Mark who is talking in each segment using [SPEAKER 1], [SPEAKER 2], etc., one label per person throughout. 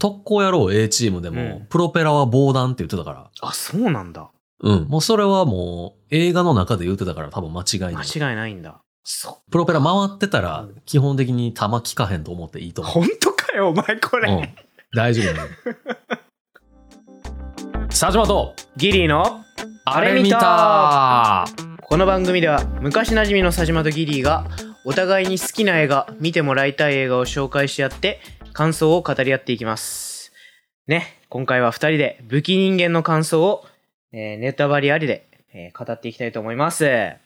[SPEAKER 1] 特攻やろう A チームでも、
[SPEAKER 2] うん
[SPEAKER 1] プロペラは防弾って言ってたから。
[SPEAKER 2] あ、そうなんだ。
[SPEAKER 1] うん。もうそれはもう映画の中で言ってたから多分間違い
[SPEAKER 2] 間
[SPEAKER 1] ない。
[SPEAKER 2] 違いないんだ。そ
[SPEAKER 1] プロペラ回ってたら
[SPEAKER 2] うん
[SPEAKER 1] 基本的に弾効かへんと思っていいと思う。
[SPEAKER 2] 本当かよ、お前これ。
[SPEAKER 1] うん。大丈夫 だよ。佐島と、
[SPEAKER 2] ギリーの
[SPEAKER 1] あれ見た
[SPEAKER 2] この番組では昔なじみの佐島とギリーがお互いに好きな映画、見てもらいたい映画を紹介し合って感想を語り合っていきます。ね、今回は2人で武器人間の感想を、えーネタバレありで、えー語っていきたいと思います。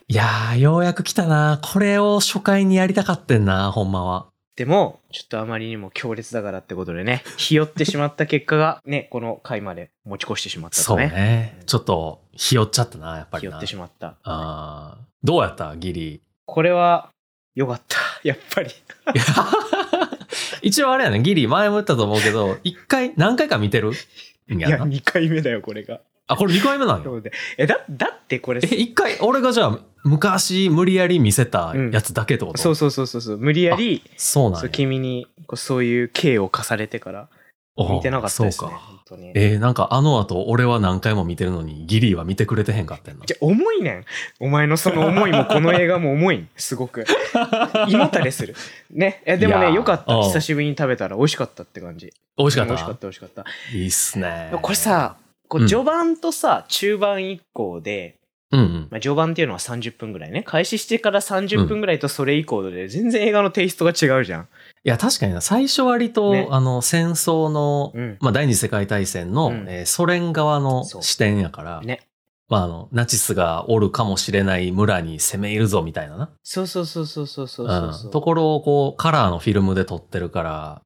[SPEAKER 1] いやー、ようやく来たな。これを初回にやりたかってんな、ほんまは。
[SPEAKER 2] でも、ちょっとあまりにも強烈だからってことでね、 ひよってしまった結果がね、この回まで持ち越してしまった
[SPEAKER 1] そ
[SPEAKER 2] と
[SPEAKER 1] う
[SPEAKER 2] ね。
[SPEAKER 1] ね。ちょっと、ひよっちゃったな、やっぱ
[SPEAKER 2] ひ
[SPEAKER 1] り
[SPEAKER 2] よ
[SPEAKER 1] な。
[SPEAKER 2] ってしまった。
[SPEAKER 1] あーどうやったギリ。
[SPEAKER 2] これは良かった。 やっぱり。
[SPEAKER 1] 一応あれやね、ギリ、前も言ったと思うけど、一回、何回か見てるん
[SPEAKER 2] い
[SPEAKER 1] や
[SPEAKER 2] や、
[SPEAKER 1] な。
[SPEAKER 2] 2回目だよ、これが。
[SPEAKER 1] あ、これ2回目なん
[SPEAKER 2] そ
[SPEAKER 1] よ。
[SPEAKER 2] うで。え、だ、だってこれ
[SPEAKER 1] え、、一回、俺がじゃあ、昔無理やり見せたやつだけってこと、
[SPEAKER 2] そうそうそうそうそう、無理やり、
[SPEAKER 1] そうなん
[SPEAKER 2] そう
[SPEAKER 1] や。
[SPEAKER 2] 君にこうそういう刑を課されてから
[SPEAKER 1] おう
[SPEAKER 2] 見てなかったです
[SPEAKER 1] そ
[SPEAKER 2] ね。
[SPEAKER 1] うか。
[SPEAKER 2] 本当に。
[SPEAKER 1] えーなんかあの後、俺は何回も見てるのに、ギリは見てくれてへんかってんな
[SPEAKER 2] じ。ゃ、重いねん。お前のその思 いも、この映画も重いん。すごく。胃もたれする。ね。え、でも
[SPEAKER 1] いや
[SPEAKER 2] ね、
[SPEAKER 1] ー
[SPEAKER 2] よかった。
[SPEAKER 1] うん
[SPEAKER 2] 久しぶりに食べたら美味しかったって感じ。
[SPEAKER 1] 美味しかった
[SPEAKER 2] 美味しかった、美味しかった。
[SPEAKER 1] いいっすね
[SPEAKER 2] でも。これ、さ、こ
[SPEAKER 1] う
[SPEAKER 2] うん序盤とさ、中盤以降で、
[SPEAKER 1] うんうん。
[SPEAKER 2] まあ、序盤っていうのは30分ぐらいね開始してから30分ぐらいとそれ以降で全然映画のテイストが違うじゃん、
[SPEAKER 1] いや、確かにな、最初割と、
[SPEAKER 2] ね
[SPEAKER 1] あの、戦争の、
[SPEAKER 2] うん
[SPEAKER 1] まあ、第二次世界大戦の、
[SPEAKER 2] うん
[SPEAKER 1] えーソ連側の
[SPEAKER 2] そう
[SPEAKER 1] 視点やから、
[SPEAKER 2] ね
[SPEAKER 1] まあ、あの、ナチスがおるかもしれない村に攻め入るぞ、みたいなな。
[SPEAKER 2] そうそうそうそうそうそう
[SPEAKER 1] う
[SPEAKER 2] そうんそう
[SPEAKER 1] ところを、こう、カラーのフィルムで撮ってるから、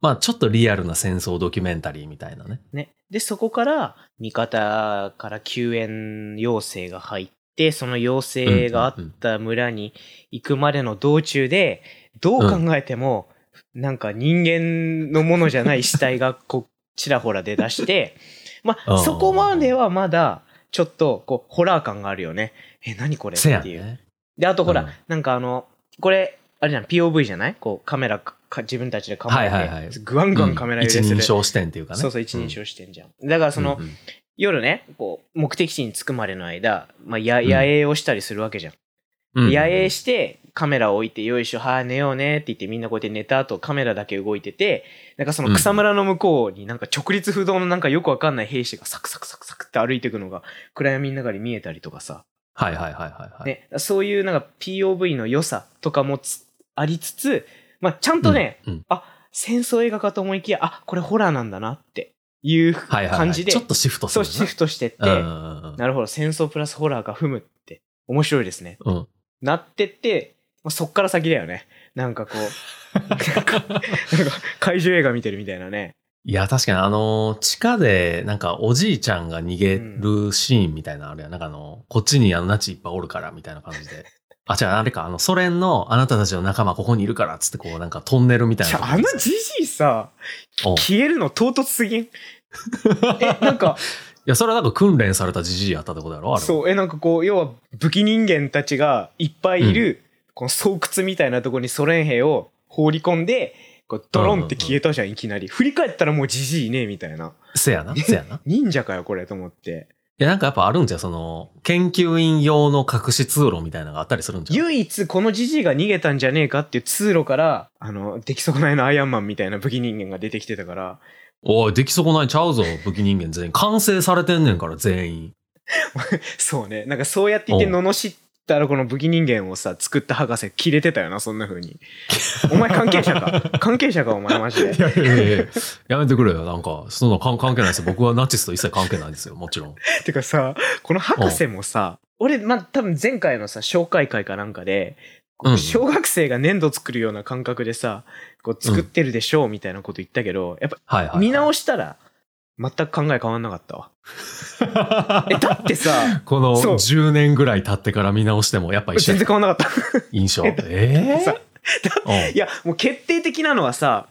[SPEAKER 1] まあ、ちょっとリアルな戦争ドキュメンタリーみたいなね。
[SPEAKER 2] ね、でそこから味方から救援要請が入ってその要請があった村に行くまでの道中でどう考えても、なんか人間のものじゃない死体がこうちらほら出だ してま
[SPEAKER 1] う
[SPEAKER 2] あ
[SPEAKER 1] ん
[SPEAKER 2] そこまではまだちょっとこうホラー感があるよねえ何これっ
[SPEAKER 1] せや
[SPEAKER 2] ていう、
[SPEAKER 1] ね。
[SPEAKER 2] であとほら、
[SPEAKER 1] うん
[SPEAKER 2] なんかあのこれあれじゃん POV じゃないこうカメラか自分たちで構えて、
[SPEAKER 1] はいはいはい
[SPEAKER 2] グワングワンカメラ
[SPEAKER 1] うん
[SPEAKER 2] 入れす
[SPEAKER 1] 一
[SPEAKER 2] る、
[SPEAKER 1] 人称視点っていうかね。
[SPEAKER 2] そうそう一人称してんじゃん、だからその、
[SPEAKER 1] うんうん
[SPEAKER 2] 夜ねこう目的地に着くまでの間、まあ、や
[SPEAKER 1] ん
[SPEAKER 2] 野営をしたりするわけじゃん、
[SPEAKER 1] うん
[SPEAKER 2] 野営してカメラを置いてよいしょはあ寝ようねって言ってみんなこうやって寝た後カメラだけ動いててなんかその草むらの向こうになんか直立不動のなんかよくわかんない兵士がサクサクサクサクって歩いていくのが暗闇の中に見えたりとかさ、
[SPEAKER 1] はいはいはいはいはい。
[SPEAKER 2] ね、そういうなんか POV の良さとかもつありつつ、まあ、ちゃんとね、
[SPEAKER 1] うんうん
[SPEAKER 2] 戦争映画かと思いきやあこれホラーなんだなっていう
[SPEAKER 1] はいはいはい
[SPEAKER 2] 感じで、
[SPEAKER 1] ちょっとシフトす
[SPEAKER 2] そ
[SPEAKER 1] る
[SPEAKER 2] う
[SPEAKER 1] な。
[SPEAKER 2] シフトしてって、
[SPEAKER 1] うんうん
[SPEAKER 2] なるほど、戦争プラスホラーが踏むって、面白いですね。
[SPEAKER 1] うん。うん。
[SPEAKER 2] なってって、まあ、そっから先だよね。なんかこ う、なんか、なんか怪獣映画見てるみたいなね。
[SPEAKER 1] いや、確かにあの、地下で、なんかおじいちゃんが逃げるシーンみたいなのあるやん。なんかあの、こっちにあの、ナチいっぱいおるから、みたいな感じ で。あ、違う、あれか、あの、ソ連のあなたたちの仲間ここにいるから、つってこう、なんかトンネルみたい
[SPEAKER 2] い
[SPEAKER 1] な
[SPEAKER 2] や
[SPEAKER 1] とこ
[SPEAKER 2] あ
[SPEAKER 1] に
[SPEAKER 2] の
[SPEAKER 1] さ。
[SPEAKER 2] じじいさ、
[SPEAKER 1] うん
[SPEAKER 2] 消えるの唐突す ぎん。え、なんか、
[SPEAKER 1] いや、それはなんか訓練されたじじいやったってことやろあれは。
[SPEAKER 2] そう、え、なんかこう、要は武器人間たちがいっぱいいる、この巣窟みたいなとこにソ連兵を放り込んで、こうドロンって消えたじゃん、いきなり。振り返ったらもうじじいねえみたいな。
[SPEAKER 1] せやな、せやな。い
[SPEAKER 2] 忍者かよ、これ、と思って。
[SPEAKER 1] や、なんかやっぱあるんじゃうその、研究員用の隠し通路みたいなのがあったりするんじゃう
[SPEAKER 2] 唯一このジジイが逃げたんじゃねえかっていう通路から、あの、出来損ないのアイアンマンみたいな武器人間が出てきてたから、
[SPEAKER 1] おい、出来損ないちゃうぞ、武器人間全員。完成されてんねんから、全員。
[SPEAKER 2] そうね、なんかそうやって言って
[SPEAKER 1] うん
[SPEAKER 2] 罵ったらこの武器人間をさ、作った博士、切れてたよな、そんな風に。お前関係者 か関係者か、お前マジで。
[SPEAKER 1] やいやいやいややめてくれよ。なんか、そんなの関関係ないですよ。僕はナチスと一切関係ないですよ。もちろん。
[SPEAKER 2] てかさ、この博士もさ、俺、まあ、多分前回のさ、紹介会かなんかで、こう
[SPEAKER 1] うん
[SPEAKER 2] 小学生が粘土作るような感覚でさ、こう作ってるでしょうみたいなこと言ったけど、やっぱ
[SPEAKER 1] はいはい。
[SPEAKER 2] 見直したら、全く考え変わんなかったわ。え、だってさ、
[SPEAKER 1] この
[SPEAKER 2] そう
[SPEAKER 1] 10年ぐらい経ってから見直しても、やっぱ 一緒
[SPEAKER 2] 全
[SPEAKER 1] や
[SPEAKER 2] 然変わんなかっ
[SPEAKER 1] 印象。
[SPEAKER 2] え
[SPEAKER 1] え
[SPEAKER 2] さた。い
[SPEAKER 1] え
[SPEAKER 2] や、もう決定的なのはさ、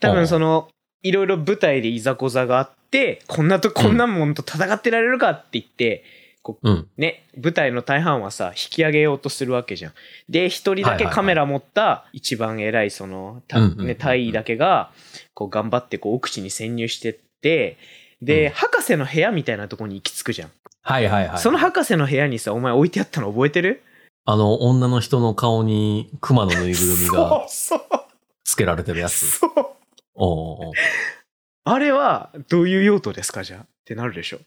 [SPEAKER 2] 多分その、いろいろ舞台でいざこざがあって、こんなとこんなもんと戦ってられるかって言って、こ
[SPEAKER 1] うん。
[SPEAKER 2] う、ね、舞台の大半はさ、引き上げようとするわけじゃん。で、一人だ
[SPEAKER 1] はいはい
[SPEAKER 2] け
[SPEAKER 1] はい
[SPEAKER 2] カメラ持った、一番偉いその、た
[SPEAKER 1] うんうんうんうん
[SPEAKER 2] ね、大尉だけが、こう頑張ってこう奥地に潜入してって、で、
[SPEAKER 1] うん
[SPEAKER 2] 博士の部屋みたいなとこに行き着くじゃん。
[SPEAKER 1] はいはいはい。
[SPEAKER 2] その博士の部屋にさ、お前置いてあったの覚えてる
[SPEAKER 1] あの、女の人の顔に熊のぬいぐるみが
[SPEAKER 2] そう
[SPEAKER 1] つけられてる
[SPEAKER 2] そう。
[SPEAKER 1] やつ。
[SPEAKER 2] そう。
[SPEAKER 1] おうおうおう
[SPEAKER 2] あれは、どういう用途ですかじゃあ。ってなるでしょ。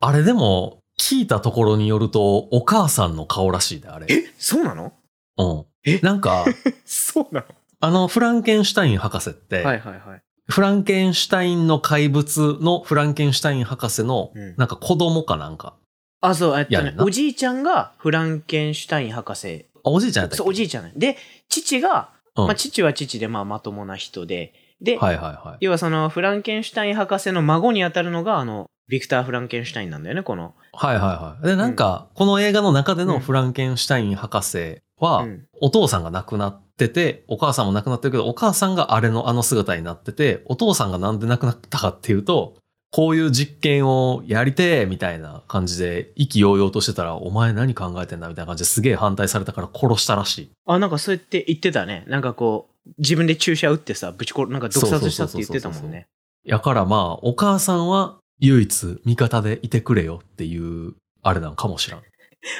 [SPEAKER 1] あれでも、聞いたところによると、お母さんの顔らしいで、あれ。
[SPEAKER 2] えそうなの
[SPEAKER 1] うん
[SPEAKER 2] え。
[SPEAKER 1] なんか、
[SPEAKER 2] そうな
[SPEAKER 1] あの、フランケンシュタイン博士っ
[SPEAKER 2] の
[SPEAKER 1] て、
[SPEAKER 2] はいはいはい。
[SPEAKER 1] フランケンシュタインの怪物のフランケンシュタイン博士の
[SPEAKER 2] うん、
[SPEAKER 1] なんか子供かなんか。
[SPEAKER 2] あ、そう、えっと
[SPEAKER 1] や
[SPEAKER 2] ね
[SPEAKER 1] る、な
[SPEAKER 2] おじいちゃんがフランケンシュタイン博士。
[SPEAKER 1] あおじいちゃんやったっけ
[SPEAKER 2] そう、おじいちゃんね。で、父が、
[SPEAKER 1] うん
[SPEAKER 2] まあ、父は父で、まあ、まともな人で、で、
[SPEAKER 1] はいはいはい。
[SPEAKER 2] 要はその、フランケンシュタイン博士の孫に当たるのが、あの、ビクター・フランケンシュタインなんだよね、この。
[SPEAKER 1] はいはいはい。で、なんか、この映画の中で
[SPEAKER 2] うん
[SPEAKER 1] のフランケンシュタイン博士は、
[SPEAKER 2] うん
[SPEAKER 1] お父さんが亡くなってて、お母さんも亡くなってるけど、お母さんがあれのあの姿になってて、お父さんがなんで亡くなったかっていうと、こういう実験をやりてえみたいな感じで、意気揚々としてたら、お前何考えてんだみたいな感じですげえ反対されたから殺したらしい。
[SPEAKER 2] あ、なんかそうやって言ってたね。なんかこう、自分で注射打ってさ、ぶちこ、なんか毒殺したって言ってたも
[SPEAKER 1] そうそうそうそう
[SPEAKER 2] ん
[SPEAKER 1] そ
[SPEAKER 2] ね。
[SPEAKER 1] やからまあ、お母さんは唯一味方でいてくれよっていう、あれなのかもしらん。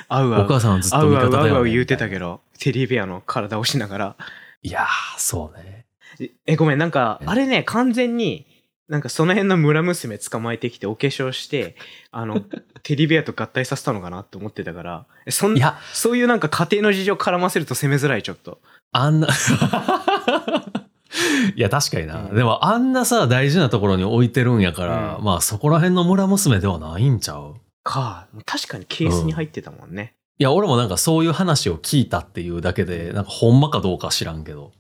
[SPEAKER 2] 合う合
[SPEAKER 1] お
[SPEAKER 2] う。
[SPEAKER 1] 母さんはずっと
[SPEAKER 2] 合う
[SPEAKER 1] 味
[SPEAKER 2] 合
[SPEAKER 1] 方
[SPEAKER 2] う合
[SPEAKER 1] だ
[SPEAKER 2] う合
[SPEAKER 1] よ、
[SPEAKER 2] う
[SPEAKER 1] ね。
[SPEAKER 2] 言ってたけど、テリーベアの体を押しながら。
[SPEAKER 1] いやー、そうね。
[SPEAKER 2] ええ、ごめん、なんか、
[SPEAKER 1] え
[SPEAKER 2] あれね、完全に、なんかその辺の村娘捕まえてきてお化粧して、あ の、テリベアと合体させたのかなって思ってたから、えそん
[SPEAKER 1] いや、
[SPEAKER 2] そういうなんか家庭の事情絡ませると攻めづらい、ちょっと。
[SPEAKER 1] あんな、いや、確かにな。
[SPEAKER 2] うん
[SPEAKER 1] でも、あんなさ、大事なところに置いてるんやから、
[SPEAKER 2] うん
[SPEAKER 1] まあ、そこら辺の村娘ではないんちゃう
[SPEAKER 2] か、確かにケースに入ってたもんね。
[SPEAKER 1] いや、俺もなんかそういう話を聞いたっていうだけで、なんかほんまかどうか知らんけど。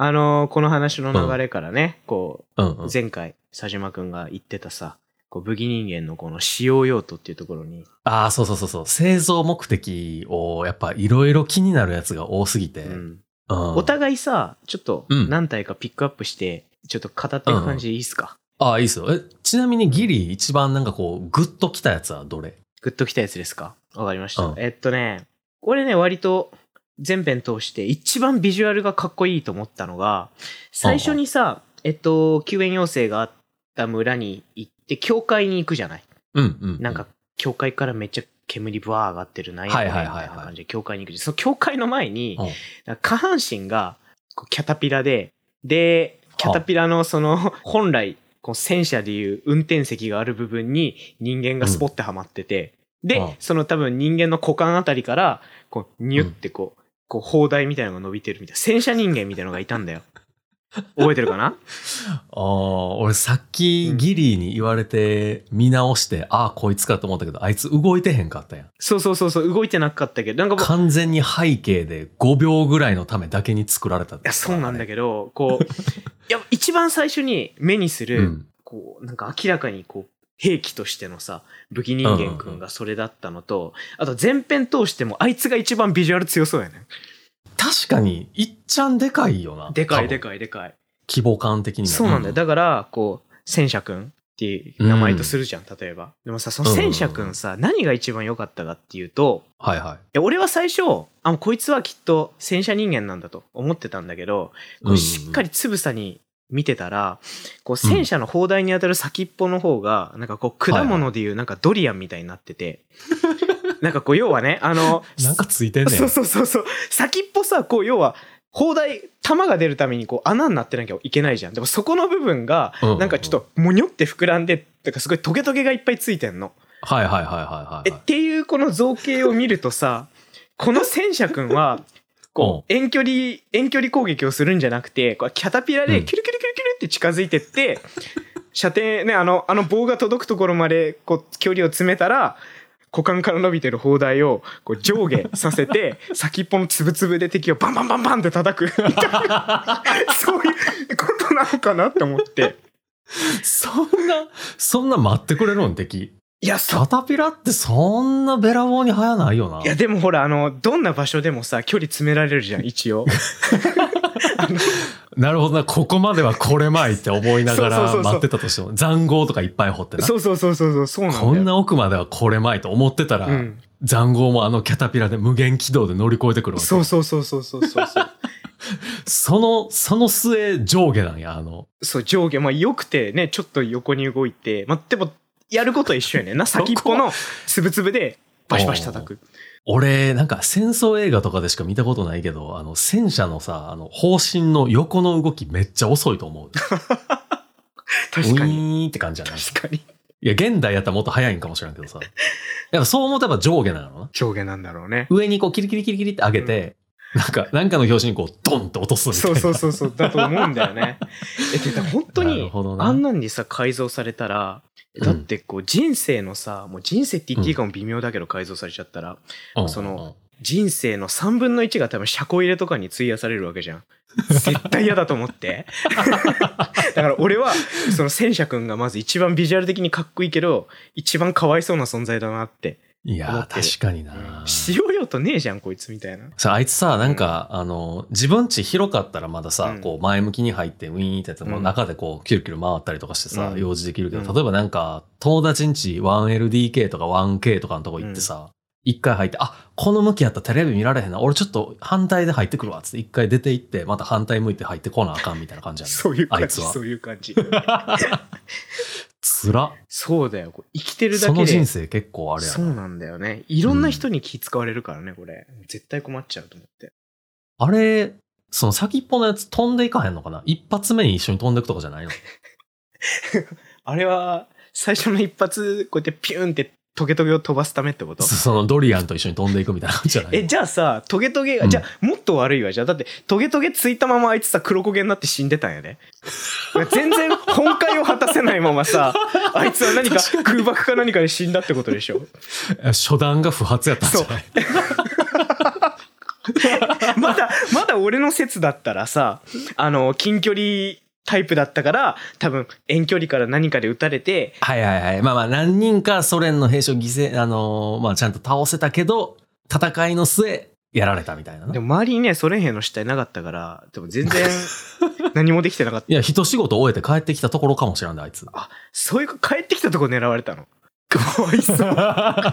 [SPEAKER 2] あのーこの話の流れからね、こ
[SPEAKER 1] うん、う
[SPEAKER 2] う、
[SPEAKER 1] ん。
[SPEAKER 2] 前回、佐島くんが言ってたさ、こう、武器人間のこの使用用途っていうところに、
[SPEAKER 1] ああ、そうそうそうそう。製造目的を、やっぱいろいろ気になるやつが多すぎて。
[SPEAKER 2] う
[SPEAKER 1] うん。
[SPEAKER 2] んお互いさ、ちょっと
[SPEAKER 1] うん
[SPEAKER 2] 何体かピックアップして、ちょっと語っていく感じでいいっすか、
[SPEAKER 1] ああ、いいっすよ。え、ちなみにギリ一番なんかこう、グッときたやつはどれ
[SPEAKER 2] グッときたやつですかわかりました。
[SPEAKER 1] うん
[SPEAKER 2] えっとね、俺ね、割と全編通して一番ビジュアルがかっこいいと思ったのが、最初にさ、えっと、救援要請があった村に行って、教会に行くじゃない
[SPEAKER 1] うんうん。
[SPEAKER 2] なんか、、教会からめっちゃ煙ブワー上がってる、なんやこ
[SPEAKER 1] はい
[SPEAKER 2] れみ
[SPEAKER 1] は
[SPEAKER 2] たい
[SPEAKER 1] いはいはい
[SPEAKER 2] な感じで教会に行く。その教会の前に
[SPEAKER 1] うん、
[SPEAKER 2] 下半身がこうキャタピラで、で、キャタピラのその、本来、こう戦車でいう運転席がある部分に人間がスポッてはまってて、で、
[SPEAKER 1] うん
[SPEAKER 2] その多分人間の股間あたりから、こう、ニュってこう、こう、砲台みたいなのが伸びてるみたいな、戦車人間みたいなのがいたんだよ。覚えてるかな
[SPEAKER 1] ああ、俺さっき
[SPEAKER 2] うん
[SPEAKER 1] ギリーに言われて見直して、ああ、こいつかと思ったけど、あいつ動いてへんかったやん。
[SPEAKER 2] そうそうそうそう、動いてなかったけど、なんかもう
[SPEAKER 1] 完全に背景で5秒ぐらいのためだけに作られたい
[SPEAKER 2] いや、そうなんだけど、こう、いや、一番最初に目にする、
[SPEAKER 1] うん。
[SPEAKER 2] こう、なんか明らかにこう、兵器としてのさ、武器人間くんがそれだったのと、あと前編通してもあいつが一番ビジュアル強そうやね。
[SPEAKER 1] 確かに、いっちゃんでかいよな。
[SPEAKER 2] でかい
[SPEAKER 1] 多分
[SPEAKER 2] で。かいでかい。
[SPEAKER 1] 規模感的にも
[SPEAKER 2] そうなんだよ。
[SPEAKER 1] だ
[SPEAKER 2] だから、こう、戦車くんっていう名前とするじゃん、例えば。でもさ、その戦車くんさ、何が一番良かったかっていうと、
[SPEAKER 1] はいはい
[SPEAKER 2] や俺は最初、あ、こいつはきっと戦車人間なんだと思ってたんだけど、
[SPEAKER 1] うんうん
[SPEAKER 2] こ
[SPEAKER 1] う
[SPEAKER 2] うんしっかりつぶさに見てたら、こう戦車の砲台に当たる先っぽの方が、なんかこう果物でいうなんかドリアンみたいになってて、 なんかこう要はね、あの、
[SPEAKER 1] い。なんかついてんねん。
[SPEAKER 2] そうそうそうそう、先っぽさ、こう要は、砲台、弾が出るためにこう穴になってなきゃいけないじゃん。でもそこの部分が、
[SPEAKER 1] うんうんうん
[SPEAKER 2] なんかちょっともにょって膨らんで、なんかすごいトゲトゲがいっぱいついてんの。
[SPEAKER 1] はいはいはいはい
[SPEAKER 2] え
[SPEAKER 1] は
[SPEAKER 2] っ
[SPEAKER 1] い。
[SPEAKER 2] ていうこの造形を見るとさ、この戦車くんは、こう、遠距離、遠距離攻撃をするんじゃなくて、こうキャタピラ
[SPEAKER 1] う
[SPEAKER 2] で
[SPEAKER 1] ん
[SPEAKER 2] キュルキュルキュルキュルって近づいてって、射程ね、あの、あの棒が届くところまで、こう、距離を詰めたら、股間から伸びてる砲台をこう上下させて、 先っぽのつぶつぶで敵をバンバンバンバンって叩く。そういうことなのかなって思って。
[SPEAKER 1] そんな、そんな待ってくれるん敵。
[SPEAKER 2] いや、
[SPEAKER 1] キ
[SPEAKER 2] そ
[SPEAKER 1] ャタピラってそんなべらぼうに早ないよな。
[SPEAKER 2] いやでもほらあのどんな場所でもさ距離詰められるじゃん一応
[SPEAKER 1] なるほどな、ここまではこれまいって思いなが
[SPEAKER 2] そうそうそ
[SPEAKER 1] ら
[SPEAKER 2] うそう
[SPEAKER 1] 待ってたとしても、残壕とかいっぱい掘ってな。
[SPEAKER 2] そうそうそうそうそう、そうなんだよ。
[SPEAKER 1] こんな奥まではこれまいと思ってたら、
[SPEAKER 2] うん。
[SPEAKER 1] 残壕もあのキャタピラで無限軌道で乗り越えてくるわけ。
[SPEAKER 2] そうそうそうそうそうそ うそう。
[SPEAKER 1] その、その末上下なんや、あの。
[SPEAKER 2] そう、上下、まあ、よくてね、ちょっと横に動いて、まあ、でも、やることは一緒やねんな。先っぽのつぶつぶで、バシバシ叩く。
[SPEAKER 1] 俺、なんか戦争映画とかでしか見たことないけど、あの、戦車のさ、あの、方針の横の動きめっちゃ遅いと思う。
[SPEAKER 2] 確か
[SPEAKER 1] ウ
[SPEAKER 2] に。
[SPEAKER 1] ィーンって感じじゃない
[SPEAKER 2] 確かに。
[SPEAKER 1] いや、現代やったらもっと早いんかもしれんけどさ。やっぱそう思ったら上下なのな。
[SPEAKER 2] 上下なんだろうね。
[SPEAKER 1] 上にこう、キリキリキリキリって上げて、なんか、なんかの表紙にこう、ドンって落とすみたい
[SPEAKER 2] そう
[SPEAKER 1] な。
[SPEAKER 2] そうそうそう、だと思うんだ よね。え、てか本当
[SPEAKER 1] なる
[SPEAKER 2] に
[SPEAKER 1] ほど、な
[SPEAKER 2] あんなんにさ、改造されたら、
[SPEAKER 1] うん
[SPEAKER 2] だってこう、人生のさ、もう人生って言っていいかも微妙だけど改造されちゃったら、
[SPEAKER 1] うんうん
[SPEAKER 2] その、人生の3分の1が多分車庫入れとかに費やされるわけじ ゃん。絶対嫌だと思って。だから俺は、その戦車くんがまず一番ビジュアル的にかっこいいけど、一番かわいそうな存在だなって。
[SPEAKER 1] いや
[SPEAKER 2] 思ってる
[SPEAKER 1] ー、確かにな。
[SPEAKER 2] しようよとねえじゃん、こいつみたいな。
[SPEAKER 1] さあいつさ、なんか、あの、自分家広かったらまださ、
[SPEAKER 2] うん
[SPEAKER 1] こう前向きに入ってウィーンってやつも
[SPEAKER 2] うん
[SPEAKER 1] 中でこうキュルキュル回ったりとかしてさ、
[SPEAKER 2] うん
[SPEAKER 1] 用事できるけど、
[SPEAKER 2] うん
[SPEAKER 1] 例えばなんか友達ん家 1LDK とか 1K とかのとこ行ってさ、一回入って、あ、この向きやったらテレビ見られへんな。俺ちょっと反対で入ってくるわ。つって一回出て行って、また反対向いて入ってこなあかんみたいな感じやね。
[SPEAKER 2] そういう
[SPEAKER 1] あ
[SPEAKER 2] 感
[SPEAKER 1] いつ
[SPEAKER 2] じ、
[SPEAKER 1] は
[SPEAKER 2] そういう感じ。
[SPEAKER 1] つら。
[SPEAKER 2] そうだよ、こう生きてる
[SPEAKER 1] そ
[SPEAKER 2] だけで。
[SPEAKER 1] の人生結構あれや
[SPEAKER 2] そうなんだよね。いろんな人に気使われるからね、これ。絶対困っちゃうと思って。
[SPEAKER 1] な。あれ、その先っぽのやつ飛んでいかへんのかな一発目に一緒に飛んでいくとかじゃ ないの
[SPEAKER 2] あれは、最初の一発、こうやってピューンってトゲトゲを飛ばすためってこと
[SPEAKER 1] そそのドリアンと一緒に飛んでいくみたいな感じじゃないの
[SPEAKER 2] え、じゃあさ、トゲトゲが、
[SPEAKER 1] うん
[SPEAKER 2] じゃあ、もっと悪いわ。じゃあ、だって、トゲトゲついたままあいつさ、黒焦げになって死んでたんやで。全然本会を果たせないま まさ、あいつは何か空爆か何かで死んだってことでしょ。
[SPEAKER 1] 初段が不発やったんじゃない
[SPEAKER 2] まだ、まだ俺の説だったらさ、あの、近距離タイプだったから、多分遠距離から何かで撃たれて、
[SPEAKER 1] はいはいはい。まあまあ、何人かソ連の兵士を犠牲、あのーまあちゃんと倒せたけど、戦いの末、やられたみたいなな
[SPEAKER 2] で。も周りにね、ソ連兵の死体なかったから、でも 全然何もできてなかった。
[SPEAKER 1] いや、一仕事終えて帰ってきたところかもしれんで、あ いつ。
[SPEAKER 2] そういう、帰ってきたとこ狙われたの。かわいそう。か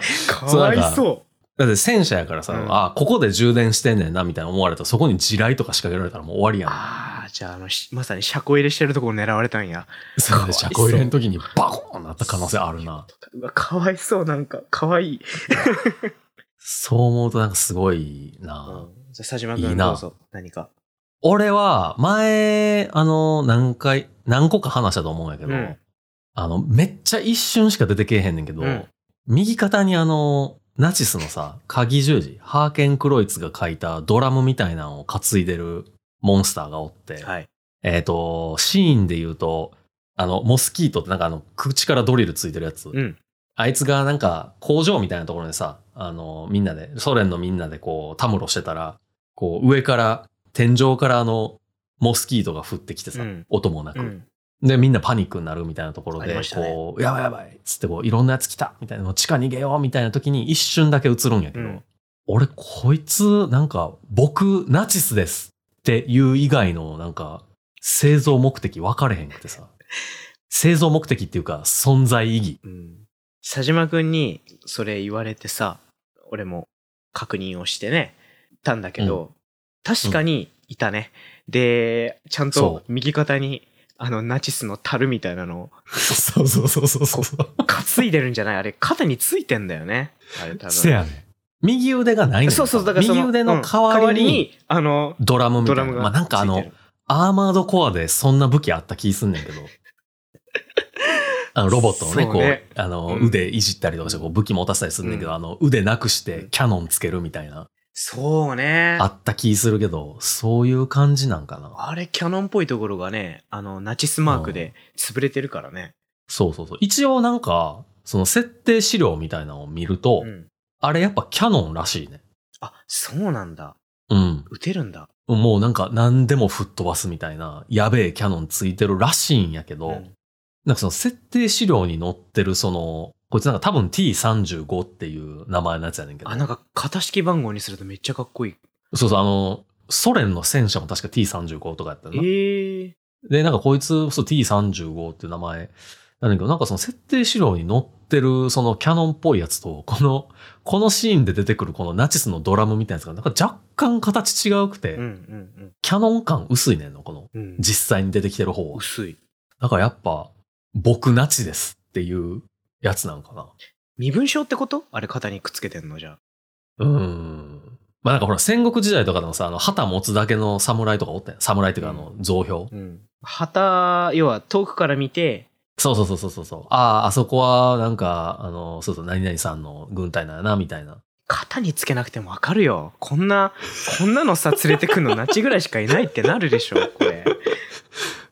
[SPEAKER 1] だそう
[SPEAKER 2] わ
[SPEAKER 1] なんか
[SPEAKER 2] いそう。
[SPEAKER 1] って戦車やからさ、
[SPEAKER 2] うん
[SPEAKER 1] あここで充電してんねんな、みたいな思われたら、そこに地雷とか仕掛けられたらもう終わりやん。
[SPEAKER 2] ああ、じゃあ、あの、しまさに車庫入れしてるところ狙われたんや。
[SPEAKER 1] そう
[SPEAKER 2] かわ
[SPEAKER 1] で、
[SPEAKER 2] いそう
[SPEAKER 1] 車庫入れん時にバコーンなった可能性あるな。
[SPEAKER 2] うわ、かわいそう、なんか、かわいい。
[SPEAKER 1] そう思うとなんかすごいうな。
[SPEAKER 2] ん、じゃあ、佐島
[SPEAKER 1] いい
[SPEAKER 2] 君、
[SPEAKER 1] な
[SPEAKER 2] どうぞ、何か。
[SPEAKER 1] 俺は、前、あの、何回、何個か話したと思うんやけど、
[SPEAKER 2] うん
[SPEAKER 1] あの、めっちゃ一瞬しか出てけえへんねんけど、
[SPEAKER 2] うん
[SPEAKER 1] 右肩にあの、ナチスのさ、鍵十字、ハーケン・クロイツが書いたドラムみたいなのを担いでるモンスターがおって、
[SPEAKER 2] はい。
[SPEAKER 1] えっ、と、シーンで言うと、あの、モスキートってなんかあの、口からドリルついてるやつ、
[SPEAKER 2] うん。
[SPEAKER 1] あいつがなんか工場みたいなところでさ、あの、みんなで、ソ連のみんなでこう、たむろしてたら、こう、上から、天井からあの、モスキートが降ってきてさ、
[SPEAKER 2] うん
[SPEAKER 1] 音もなく、
[SPEAKER 2] うん。
[SPEAKER 1] で、みんなパニックになるみたいなところ
[SPEAKER 2] あり
[SPEAKER 1] で、
[SPEAKER 2] ましたね
[SPEAKER 1] こう、やばいやばいっつってこう、いろんなやつ来たみたいなの、地下逃げようみたいな時に一瞬だけ映るんやけど、
[SPEAKER 2] うん
[SPEAKER 1] 俺、こいつ、なんか、僕、ナチスですっていう以外の、なんか、製造目的分かれへんくて さ、製造目的っていうか、存在意義。
[SPEAKER 2] うん。佐島君に、それ言われてさ、俺も確認をしてね、たんだけど、確かにいたね。で、ちゃん
[SPEAKER 1] そ
[SPEAKER 2] と右肩に、あの、ナチスの樽みたい なのを
[SPEAKER 1] そうそうそうそうそう。
[SPEAKER 2] 担いでるんじゃないあれ、肩についてんだよね。あれ、多分。
[SPEAKER 1] せやねん。右腕がないねん
[SPEAKER 2] そうそう、だからその
[SPEAKER 1] 右腕の代わり
[SPEAKER 2] うん
[SPEAKER 1] に、
[SPEAKER 2] あの、
[SPEAKER 1] ドラムみた
[SPEAKER 2] ド
[SPEAKER 1] いな。
[SPEAKER 2] ラムが。
[SPEAKER 1] まあなんかあ
[SPEAKER 2] つい
[SPEAKER 1] の
[SPEAKER 2] て、る
[SPEAKER 1] アーマードコアでそんな武器あった気すんねんけど。あのロボットをね、
[SPEAKER 2] そう
[SPEAKER 1] こ
[SPEAKER 2] ね
[SPEAKER 1] う、あの、
[SPEAKER 2] うん
[SPEAKER 1] 腕いじったりとかして、こう武器持たせたりすんねんけど、
[SPEAKER 2] うん
[SPEAKER 1] あの、腕なくしてキャノンつけるみたいな、
[SPEAKER 2] そうね。
[SPEAKER 1] あ
[SPEAKER 2] あ
[SPEAKER 1] った気するけど、そういう感じなんかな。
[SPEAKER 2] れ、キャノンっぽいところがね、あの、ナチスマークで潰れてるからね。
[SPEAKER 1] そうそうそう。一応なんか、その設定資料みたいなのを見ると、
[SPEAKER 2] うん。
[SPEAKER 1] あれやっぱキャノンらしいね。
[SPEAKER 2] あ、そうなんだ。
[SPEAKER 1] うん。
[SPEAKER 2] 撃てるんだ。
[SPEAKER 1] もうなんか何でも吹っ飛ばすみたいな、やべえキャノンついてるらしいんやけど、
[SPEAKER 2] うん
[SPEAKER 1] なんかその設定資料に載ってるその、こいつなんか多分 T35 っていう名前のやつやねんけど
[SPEAKER 2] あ、、なんか、型式番号にするとめっちゃかっこいい。
[SPEAKER 1] そうそう、あの、ソ連の戦車も確か T35 とかやったな。
[SPEAKER 2] ええ
[SPEAKER 1] で、なんかこいつ、そう T35 って名前なんだけど、なんかその設定資料に載ってるそのキャノンっぽいやつと、この、このシーンで出てくるこのナチスのドラムみたいなやつが、なんか若干形違うくて、
[SPEAKER 2] うんうん
[SPEAKER 1] キャノン感薄いねんの、この、
[SPEAKER 2] うん。うん、
[SPEAKER 1] 実際に出てきてる方は。
[SPEAKER 2] 薄い。
[SPEAKER 1] だからやっぱ、僕ナチですっていうやつなんかな。
[SPEAKER 2] 身分証ってことあれ肩にくっつけてんのじゃ
[SPEAKER 1] うーん。まあなんかほら、戦国時代とかでもさ、あの、旗持つだけの侍とかおったやん。侍っていうか、あの、造票。
[SPEAKER 2] あ。うん。旗、要は遠くから見て、
[SPEAKER 1] そうそうそうそうそうそう。ああ、あそこは、なんか、あの、そうそう、何々さんの軍隊なんやな、みたいな。
[SPEAKER 2] 肩につけなくてもわかるよ。こんな、こんなのさ、連れてくんのナチぐらいしかいないってなるでしょ、これ。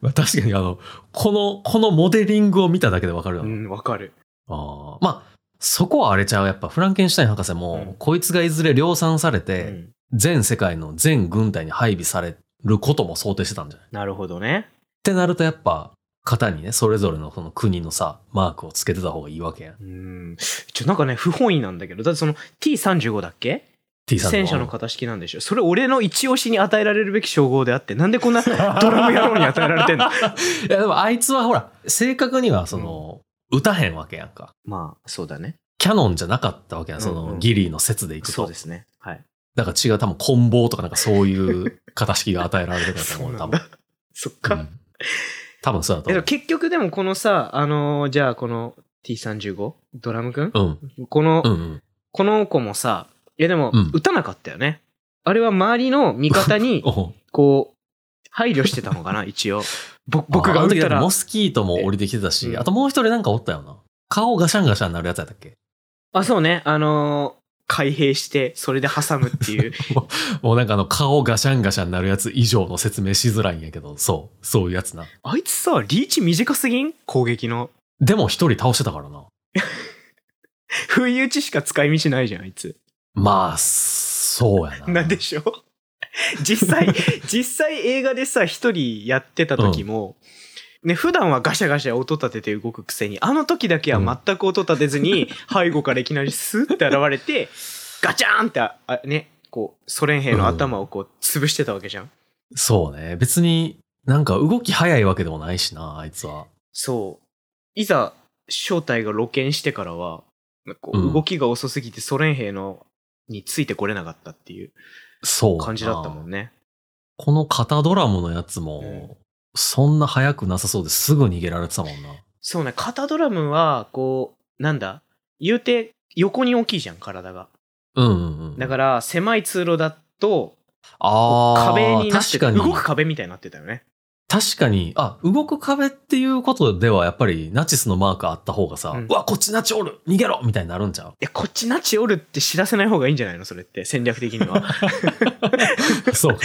[SPEAKER 1] まあ、確かに、あの、この、このモデリングを見ただけでわかるよ
[SPEAKER 2] う
[SPEAKER 1] な、
[SPEAKER 2] ん、わかる。
[SPEAKER 1] あーまあ、そこはあれちゃう。やっぱ、フランケンシュタイン博士も、
[SPEAKER 2] うん
[SPEAKER 1] こいつがいずれ量産され
[SPEAKER 2] う
[SPEAKER 1] て、
[SPEAKER 2] ん。
[SPEAKER 1] 全世界の全軍隊に配備されることも想定してたんじゃないっ
[SPEAKER 2] なるほどね。
[SPEAKER 1] てなると、やっぱ、型にね、それぞれのその国のさ、マークをつけてた方がいいわけやん。
[SPEAKER 2] うん。ちょ、なんかね、不本意なんだけど、だってその T35 だっけ
[SPEAKER 1] T さん
[SPEAKER 2] 戦車の型式なんでしょそれ俺の一押しに与えられるべき称号であって、なんでこ んなドラム野郎に与えられてんの
[SPEAKER 1] いや、でもあいつはほら、正確には、その、打たへんわけやんか。
[SPEAKER 2] まあ、そうだね。
[SPEAKER 1] キャノンじゃなかったわけやん、そ
[SPEAKER 2] うんう
[SPEAKER 1] の
[SPEAKER 2] ん
[SPEAKER 1] ギリーの説でいくと。
[SPEAKER 2] そうですね。はい。
[SPEAKER 1] だから違う、多分、棍棒とかなんかそういう形式が与えられてたと思う、多分。
[SPEAKER 2] そっか。
[SPEAKER 1] うん多分そうだと
[SPEAKER 2] えで
[SPEAKER 1] 思
[SPEAKER 2] も結局でもこのさ、あのーじゃあこの T35? ドラムくん、
[SPEAKER 1] う。
[SPEAKER 2] この、
[SPEAKER 1] うん。うんうん。
[SPEAKER 2] この子もさ、いやでも
[SPEAKER 1] うん
[SPEAKER 2] 打たなかったよね。あれは周りの味方に、
[SPEAKER 1] おう
[SPEAKER 2] こう、配慮してたのかな、一応。ぼ僕
[SPEAKER 1] あ
[SPEAKER 2] が
[SPEAKER 1] あの
[SPEAKER 2] 打っ
[SPEAKER 1] 時
[SPEAKER 2] たら
[SPEAKER 1] モ、スキートも降りてきてたし、
[SPEAKER 2] うん
[SPEAKER 1] あともう一人なんかおったよな。顔ガシャンガシャンになるやつやったっけ
[SPEAKER 2] あ、そうね、あのー開閉して、それで挟むっていう。
[SPEAKER 1] もうなんかあの顔ガシャンガシャンになるやつ以上の説明しづらいんやけど、そう、そういうやつな。
[SPEAKER 2] あいつさ、リーチ短すぎん攻撃の。
[SPEAKER 1] でも一人倒してたからな。
[SPEAKER 2] 不意打ちしか使い道ないじゃん、あいつ。
[SPEAKER 1] まあ、そうやな。
[SPEAKER 2] なんでしょう 実際、実際映画でさ、一人やってた時も、ね、普段はガシャガシャ音立てて動くくせに、あの時だけは全く音立てずに、背後からいきなりスーって現れて、ガチャーンってあ、あね、こう、ソ連兵の頭をこう、潰してたわけじゃん。
[SPEAKER 1] そうね。別になんか動き早いわけでもないしな、あいつは。
[SPEAKER 2] そう。いざ、正体が露見してからは、こ
[SPEAKER 1] うん
[SPEAKER 2] う動きが遅すぎてソ連兵の、についてこれなかったっていう
[SPEAKER 1] そう。
[SPEAKER 2] 感じだったもんね。
[SPEAKER 1] この肩ドラムのやつ
[SPEAKER 2] うん
[SPEAKER 1] も、そんな速くなさそうですぐ逃げられてたもんな。
[SPEAKER 2] そうね、肩ドラムは、こう、なんだ、言うて、横に大きいじゃん、体が。
[SPEAKER 1] うんうんうん。
[SPEAKER 2] だから、狭い通路だと、
[SPEAKER 1] あー
[SPEAKER 2] 壁になっ
[SPEAKER 1] 確
[SPEAKER 2] て
[SPEAKER 1] か
[SPEAKER 2] て、
[SPEAKER 1] に。
[SPEAKER 2] 動く壁みたいになってたよね。
[SPEAKER 1] 確かに。あ、動く壁っていうことでは、やっぱりナチスのマークあった方がさ、う
[SPEAKER 2] うん
[SPEAKER 1] わ、こっちナチおる逃げろみたいになるんちゃう
[SPEAKER 2] いや、こっちナチおるって知らせない方がいいんじゃないのそれって、戦略的には。
[SPEAKER 1] そうか。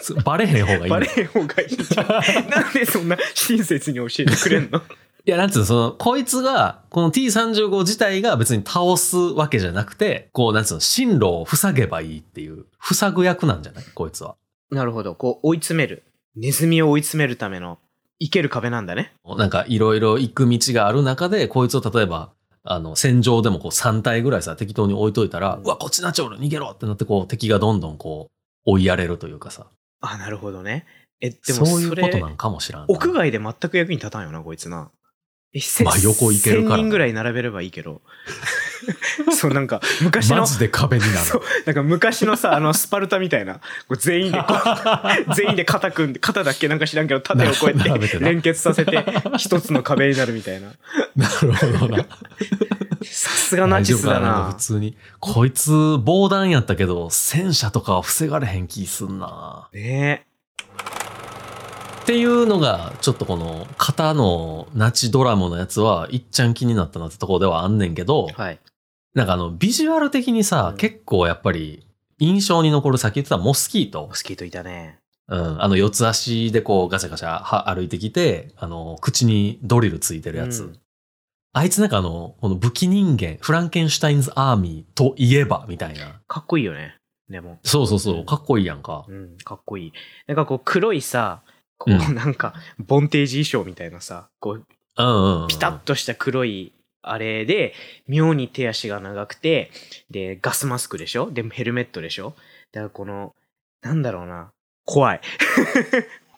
[SPEAKER 2] そんな、
[SPEAKER 1] バレへん方がいい。
[SPEAKER 2] バレへん方がいいじ ゃん。なんでそんな親切に教えてくれんの
[SPEAKER 1] いや、なんつうの、その、こいつが、この T35 自体が別に倒すわけじゃなくて、こう、なんつうの、進路を塞げばいいっていう、塞ぐ役なんじゃないこいつは。
[SPEAKER 2] なるほど、こう、追い詰める。ネズミを追い詰めるための、いける壁なんだね。
[SPEAKER 1] なんかいろいろ行く道がある中で、こいつを例えば、あの、戦場でもこう3体ぐらいさ、適当に置いといたら、
[SPEAKER 2] うん
[SPEAKER 1] うわ、こっちナチョール逃げろってなって、こう敵がどんどんこう追いやれるというかさ、
[SPEAKER 2] あ、なるほどね。え、でも
[SPEAKER 1] そうい
[SPEAKER 2] そうれ、
[SPEAKER 1] ことなんかもしらんな。
[SPEAKER 2] 屋外で全く役に立たんよな、こいつな。え、せ
[SPEAKER 1] まあ横行けるから
[SPEAKER 2] 1000人ぐらい並べればいいけど。 そう、なんか、昔の
[SPEAKER 1] マ、ジで壁にな
[SPEAKER 2] そう
[SPEAKER 1] る。
[SPEAKER 2] なんか昔のさ、あの、スパルタみたいな、こう全員でこ う、全員で肩組んで、肩だっけなんか知らんけど、縦をこうや
[SPEAKER 1] 並
[SPEAKER 2] っ
[SPEAKER 1] べて
[SPEAKER 2] て
[SPEAKER 1] な
[SPEAKER 2] 連結させて、一つの壁になるみたいな。
[SPEAKER 1] なるほどな。
[SPEAKER 2] さすがナチスだ
[SPEAKER 1] 大丈夫か
[SPEAKER 2] な
[SPEAKER 1] 普。通に。こいつ、防弾やったけど、戦車とかは防がれへん気すんな。
[SPEAKER 2] ね
[SPEAKER 1] っていうのが、ちょっとこの、型のナチドラムのやつは、いっちゃん気になったなってところではあんねんけど、
[SPEAKER 2] え。はい。
[SPEAKER 1] なんかあの、ビジュアル的にさ、
[SPEAKER 2] うん
[SPEAKER 1] 結構やっぱり、印象に残る、さっき言ってたモスキート
[SPEAKER 2] モ。スキートいたね。
[SPEAKER 1] うん。あの、四つ足でこう、ガチャガチャは歩いてきて、あの、口にドリルついてるやつ。
[SPEAKER 2] うん
[SPEAKER 1] あいつなんかあの、この武器人間、フランケンシュタインズアーミーといえば、みたいな。
[SPEAKER 2] かっこいいよね。でも。
[SPEAKER 1] そうそうそう、かっこいいやんか。
[SPEAKER 2] うん、かっこいい。なんかこう、黒いさ、こ
[SPEAKER 1] う
[SPEAKER 2] う、なんか、ボンテージ衣装みたいなさ、こう、
[SPEAKER 1] うんうん、うん。
[SPEAKER 2] ピタッとした黒いあれで、妙に手足が長くて、で、ガスマスクでしょで、ヘルメットでしょだからこの、なんだろうな。怖い。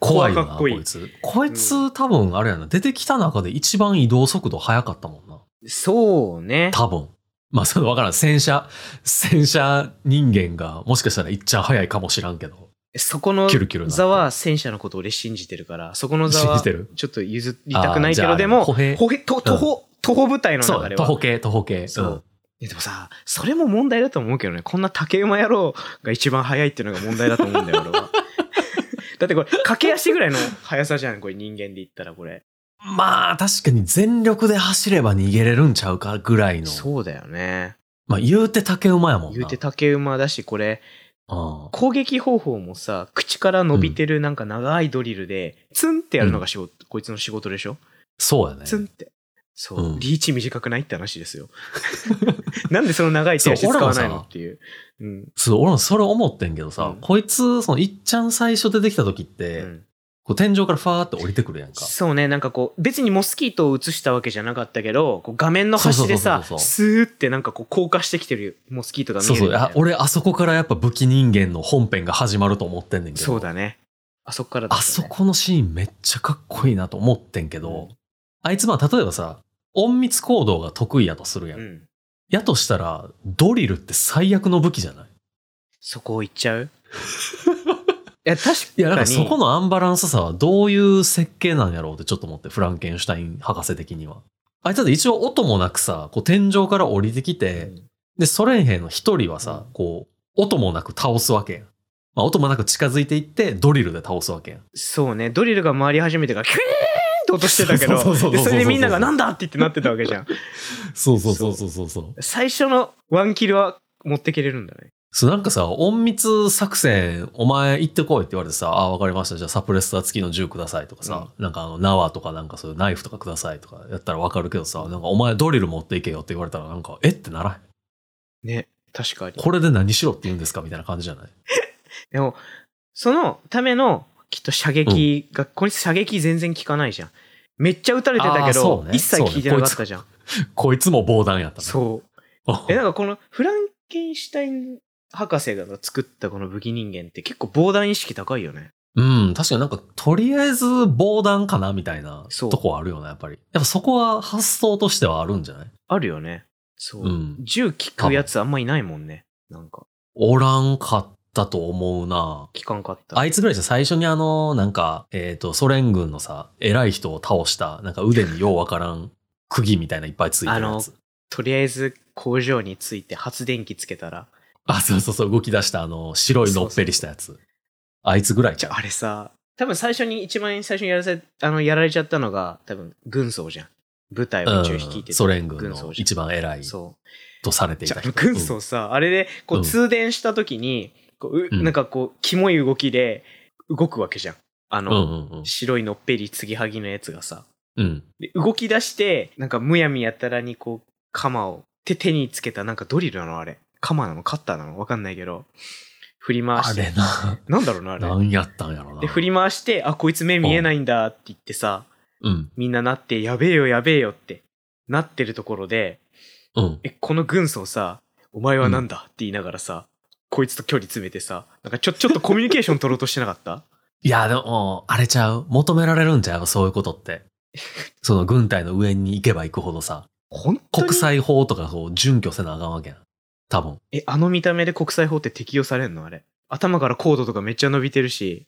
[SPEAKER 1] 怖いよ
[SPEAKER 2] か
[SPEAKER 1] な、
[SPEAKER 2] っ
[SPEAKER 1] こ
[SPEAKER 2] こいい
[SPEAKER 1] いつ。こいつ、多分、あれやな、出てきた中で一番移動速度速かったもんな。
[SPEAKER 2] そうね。
[SPEAKER 1] 多分。まあ、それわからん。戦車、戦車人間が、もしかしたらいっちゃ速いかもしらんけど。
[SPEAKER 2] そこの
[SPEAKER 1] キュルキュルなって
[SPEAKER 2] 座は戦車のことを俺信じてるから、そこの座
[SPEAKER 1] 信
[SPEAKER 2] は
[SPEAKER 1] じて
[SPEAKER 2] ち
[SPEAKER 1] る。
[SPEAKER 2] ょっと譲りたくないけ
[SPEAKER 1] あーじゃ
[SPEAKER 2] ど、
[SPEAKER 1] あ
[SPEAKER 2] でも、
[SPEAKER 1] 歩兵
[SPEAKER 2] 歩兵と徒歩、徒歩部隊の
[SPEAKER 1] そ
[SPEAKER 2] 中
[SPEAKER 1] う、
[SPEAKER 2] で
[SPEAKER 1] 徒
[SPEAKER 2] は
[SPEAKER 1] 歩。系、徒歩系。
[SPEAKER 2] そ
[SPEAKER 1] うん
[SPEAKER 2] う。いやでもさ、それも問題だと思うけどね、こんな竹馬野郎が一番速いっていうのが問題だと思うんだよ、俺 は。だってこれ、駆け足ぐらいの速さじゃん、これ人間で言ったらこれ。
[SPEAKER 1] まあ、確かに全力で走れば逃げれるんちゃうかぐらいの。
[SPEAKER 2] そうだよね。
[SPEAKER 1] まあ、言うて竹馬やもんな。
[SPEAKER 2] 言うて竹馬だし、これ、
[SPEAKER 1] うん。
[SPEAKER 2] 攻撃方法もさ、口から伸びてるなんか長いドリルで、ツンってやるのが仕事、こいつの仕事でしょ
[SPEAKER 1] そうやね。
[SPEAKER 2] ツンって。そう、
[SPEAKER 1] うん
[SPEAKER 2] リーチ短くないって話ですよ。 なんでその長い手足使わないのっていう。うん。
[SPEAKER 1] そう、俺もそれ思ってんけどさ、
[SPEAKER 2] うん
[SPEAKER 1] こいつ、その、いっちゃん最初出てきた時っ
[SPEAKER 2] う
[SPEAKER 1] て、
[SPEAKER 2] ん
[SPEAKER 1] こう天井からファーって降りてくるやんか。
[SPEAKER 2] そうね、なんかこう、別にモスキートを映したわけじゃなかったけど、こう画面の端でさ、
[SPEAKER 1] そうそうそうそう
[SPEAKER 2] スーってなんかこう、降下してきてるモスキートが見え
[SPEAKER 1] そ
[SPEAKER 2] る
[SPEAKER 1] う
[SPEAKER 2] みた
[SPEAKER 1] そ。
[SPEAKER 2] い
[SPEAKER 1] あ
[SPEAKER 2] うな。
[SPEAKER 1] 俺、あそこからやっぱ武器人間の本編が始まると思ってんねんけど。
[SPEAKER 2] そうだね。あそこからだ、ね。
[SPEAKER 1] あそこのシーンめっちゃかっこいいなと思ってんけど、
[SPEAKER 2] うん
[SPEAKER 1] あいつまあ例えばさ、隠密行動が得意やとするやん。
[SPEAKER 2] うん。
[SPEAKER 1] やとしたら、ドリルって最悪の武器じゃない
[SPEAKER 2] そこを行っちゃう いや、確かに。
[SPEAKER 1] いや、なんかそこのアンバランスさはどういう設計なんやろうってちょっと思って、フランケンシュタイン博士的には。あいつだって一応音もなくさ、こう天井から降りてきて、で、ソ連兵の一人はさ、こう、音もなく倒すわけやん。まあ、音もなく近づいていって、ドリルで倒すわけやん。
[SPEAKER 2] そうね、ドリルが回り始めてから、キューンって音してたけ
[SPEAKER 1] そうそ
[SPEAKER 2] ど、
[SPEAKER 1] うそうそうそう
[SPEAKER 2] でそれでみんながなんだって言ってなってたわけじゃん。
[SPEAKER 1] そうそうそうそうそうそう。
[SPEAKER 2] 最初のワンキルは持ってけれるんだね。
[SPEAKER 1] そう、なんかさ、隠密作戦、お前行ってこいって言われてさ、ああ、わかりました。じゃあサプレッサー付きの銃くださいとかさ、なんかあの、縄とかなんかそういうナイフとかくださいとかやったらわかるけどさ、なんかお前ドリル持っていけよって言われたらなんか、えってならへん。
[SPEAKER 2] ね、確かに。
[SPEAKER 1] これで何しろって言うんですかみたいな感じじゃない
[SPEAKER 2] でも、そのための、きっと射撃が、こいつ射撃全然効かないじゃん。めっちゃ撃たれてた
[SPEAKER 1] あ
[SPEAKER 2] け
[SPEAKER 1] ーそ
[SPEAKER 2] ど
[SPEAKER 1] う、ね
[SPEAKER 2] 一切効いてなかったじゃん。
[SPEAKER 1] こいつも防弾やった ね。
[SPEAKER 2] そう。え、なんかこのフランケンシュタイン博士が作ったこの武器人間って結構防弾意識高いよね。
[SPEAKER 1] うん、確かになんか、とりあえず防弾かなみたいな
[SPEAKER 2] そう
[SPEAKER 1] とこはあるよね、やっぱり。やっぱそこは発想としてはあるんじゃない
[SPEAKER 2] あるよね。そう。
[SPEAKER 1] うん
[SPEAKER 2] 銃効くやつあんまいないもんね。なんか、
[SPEAKER 1] おらんかったと思うな
[SPEAKER 2] 効かんかった。
[SPEAKER 1] あいつぐらいじゃ最初にあの、なんか、えっ、と、ソ連軍のさ、偉い人を倒した、なんか腕にようわからん釘みたいないっぱいついてるやつ。
[SPEAKER 2] とりあえず工場に着いて発電機つけたら。
[SPEAKER 1] あそうそうそう、動き出したあの、白いのっぺりしたやつ。あいつぐらい
[SPEAKER 2] じ
[SPEAKER 1] じ
[SPEAKER 2] ゃ
[SPEAKER 1] ゃ
[SPEAKER 2] あ
[SPEAKER 1] ん。
[SPEAKER 2] あれさ、多分最初に、一番最初にやらせ、あの、やられちゃったのが、多分軍曹じゃん。部隊を一応率いて
[SPEAKER 1] う
[SPEAKER 2] て
[SPEAKER 1] ん、ソ連軍
[SPEAKER 2] 軍曹
[SPEAKER 1] の
[SPEAKER 2] じゃん
[SPEAKER 1] 一番偉い
[SPEAKER 2] そ
[SPEAKER 1] とされてい
[SPEAKER 2] う。じゃ
[SPEAKER 1] た
[SPEAKER 2] あ
[SPEAKER 1] 人。
[SPEAKER 2] 軍曹さ、あれで、こ
[SPEAKER 1] う
[SPEAKER 2] う、
[SPEAKER 1] ん
[SPEAKER 2] 通電した時に、こうう
[SPEAKER 1] うん
[SPEAKER 2] なんかこう、キモい動きで動くわけじゃん。あ
[SPEAKER 1] う
[SPEAKER 2] の、
[SPEAKER 1] んうんうん
[SPEAKER 2] 白いのっぺり継ぎはぎのやつがさ。
[SPEAKER 1] うん。うん。
[SPEAKER 2] で動き出して、なんかむやみやたらにこう、鎌を、手、手につけた、なんかドリルなのあれ。鎌なのカッターなのわかんないけど。振り回
[SPEAKER 1] あ
[SPEAKER 2] して。
[SPEAKER 1] れな、
[SPEAKER 2] なんだろうな、あれ。
[SPEAKER 1] なんやったんやろな。
[SPEAKER 2] で、振り回して、あ、こいつ目見えないんだって言ってさ、
[SPEAKER 1] うん。
[SPEAKER 2] みんななって、やべえよ、やべえよって、なってるところで、
[SPEAKER 1] うん。
[SPEAKER 2] え、この軍曹さ、お前はなんだって言いながらさ、こいつと距離詰めてさ、なんかちょ、ちょっとコミュニケーション取ろうとしてなかった
[SPEAKER 1] いや、でも、あれちゃう求められるんちゃうそういうこと って。その軍隊の上に行けば行くほどさ、
[SPEAKER 2] 本当に
[SPEAKER 1] 国際法とかこう、準拠せなあかんわけやん。多分。
[SPEAKER 2] え、あの見た目で国際法って適用されんのあれ。頭からコードとかめっちゃ伸びてるし、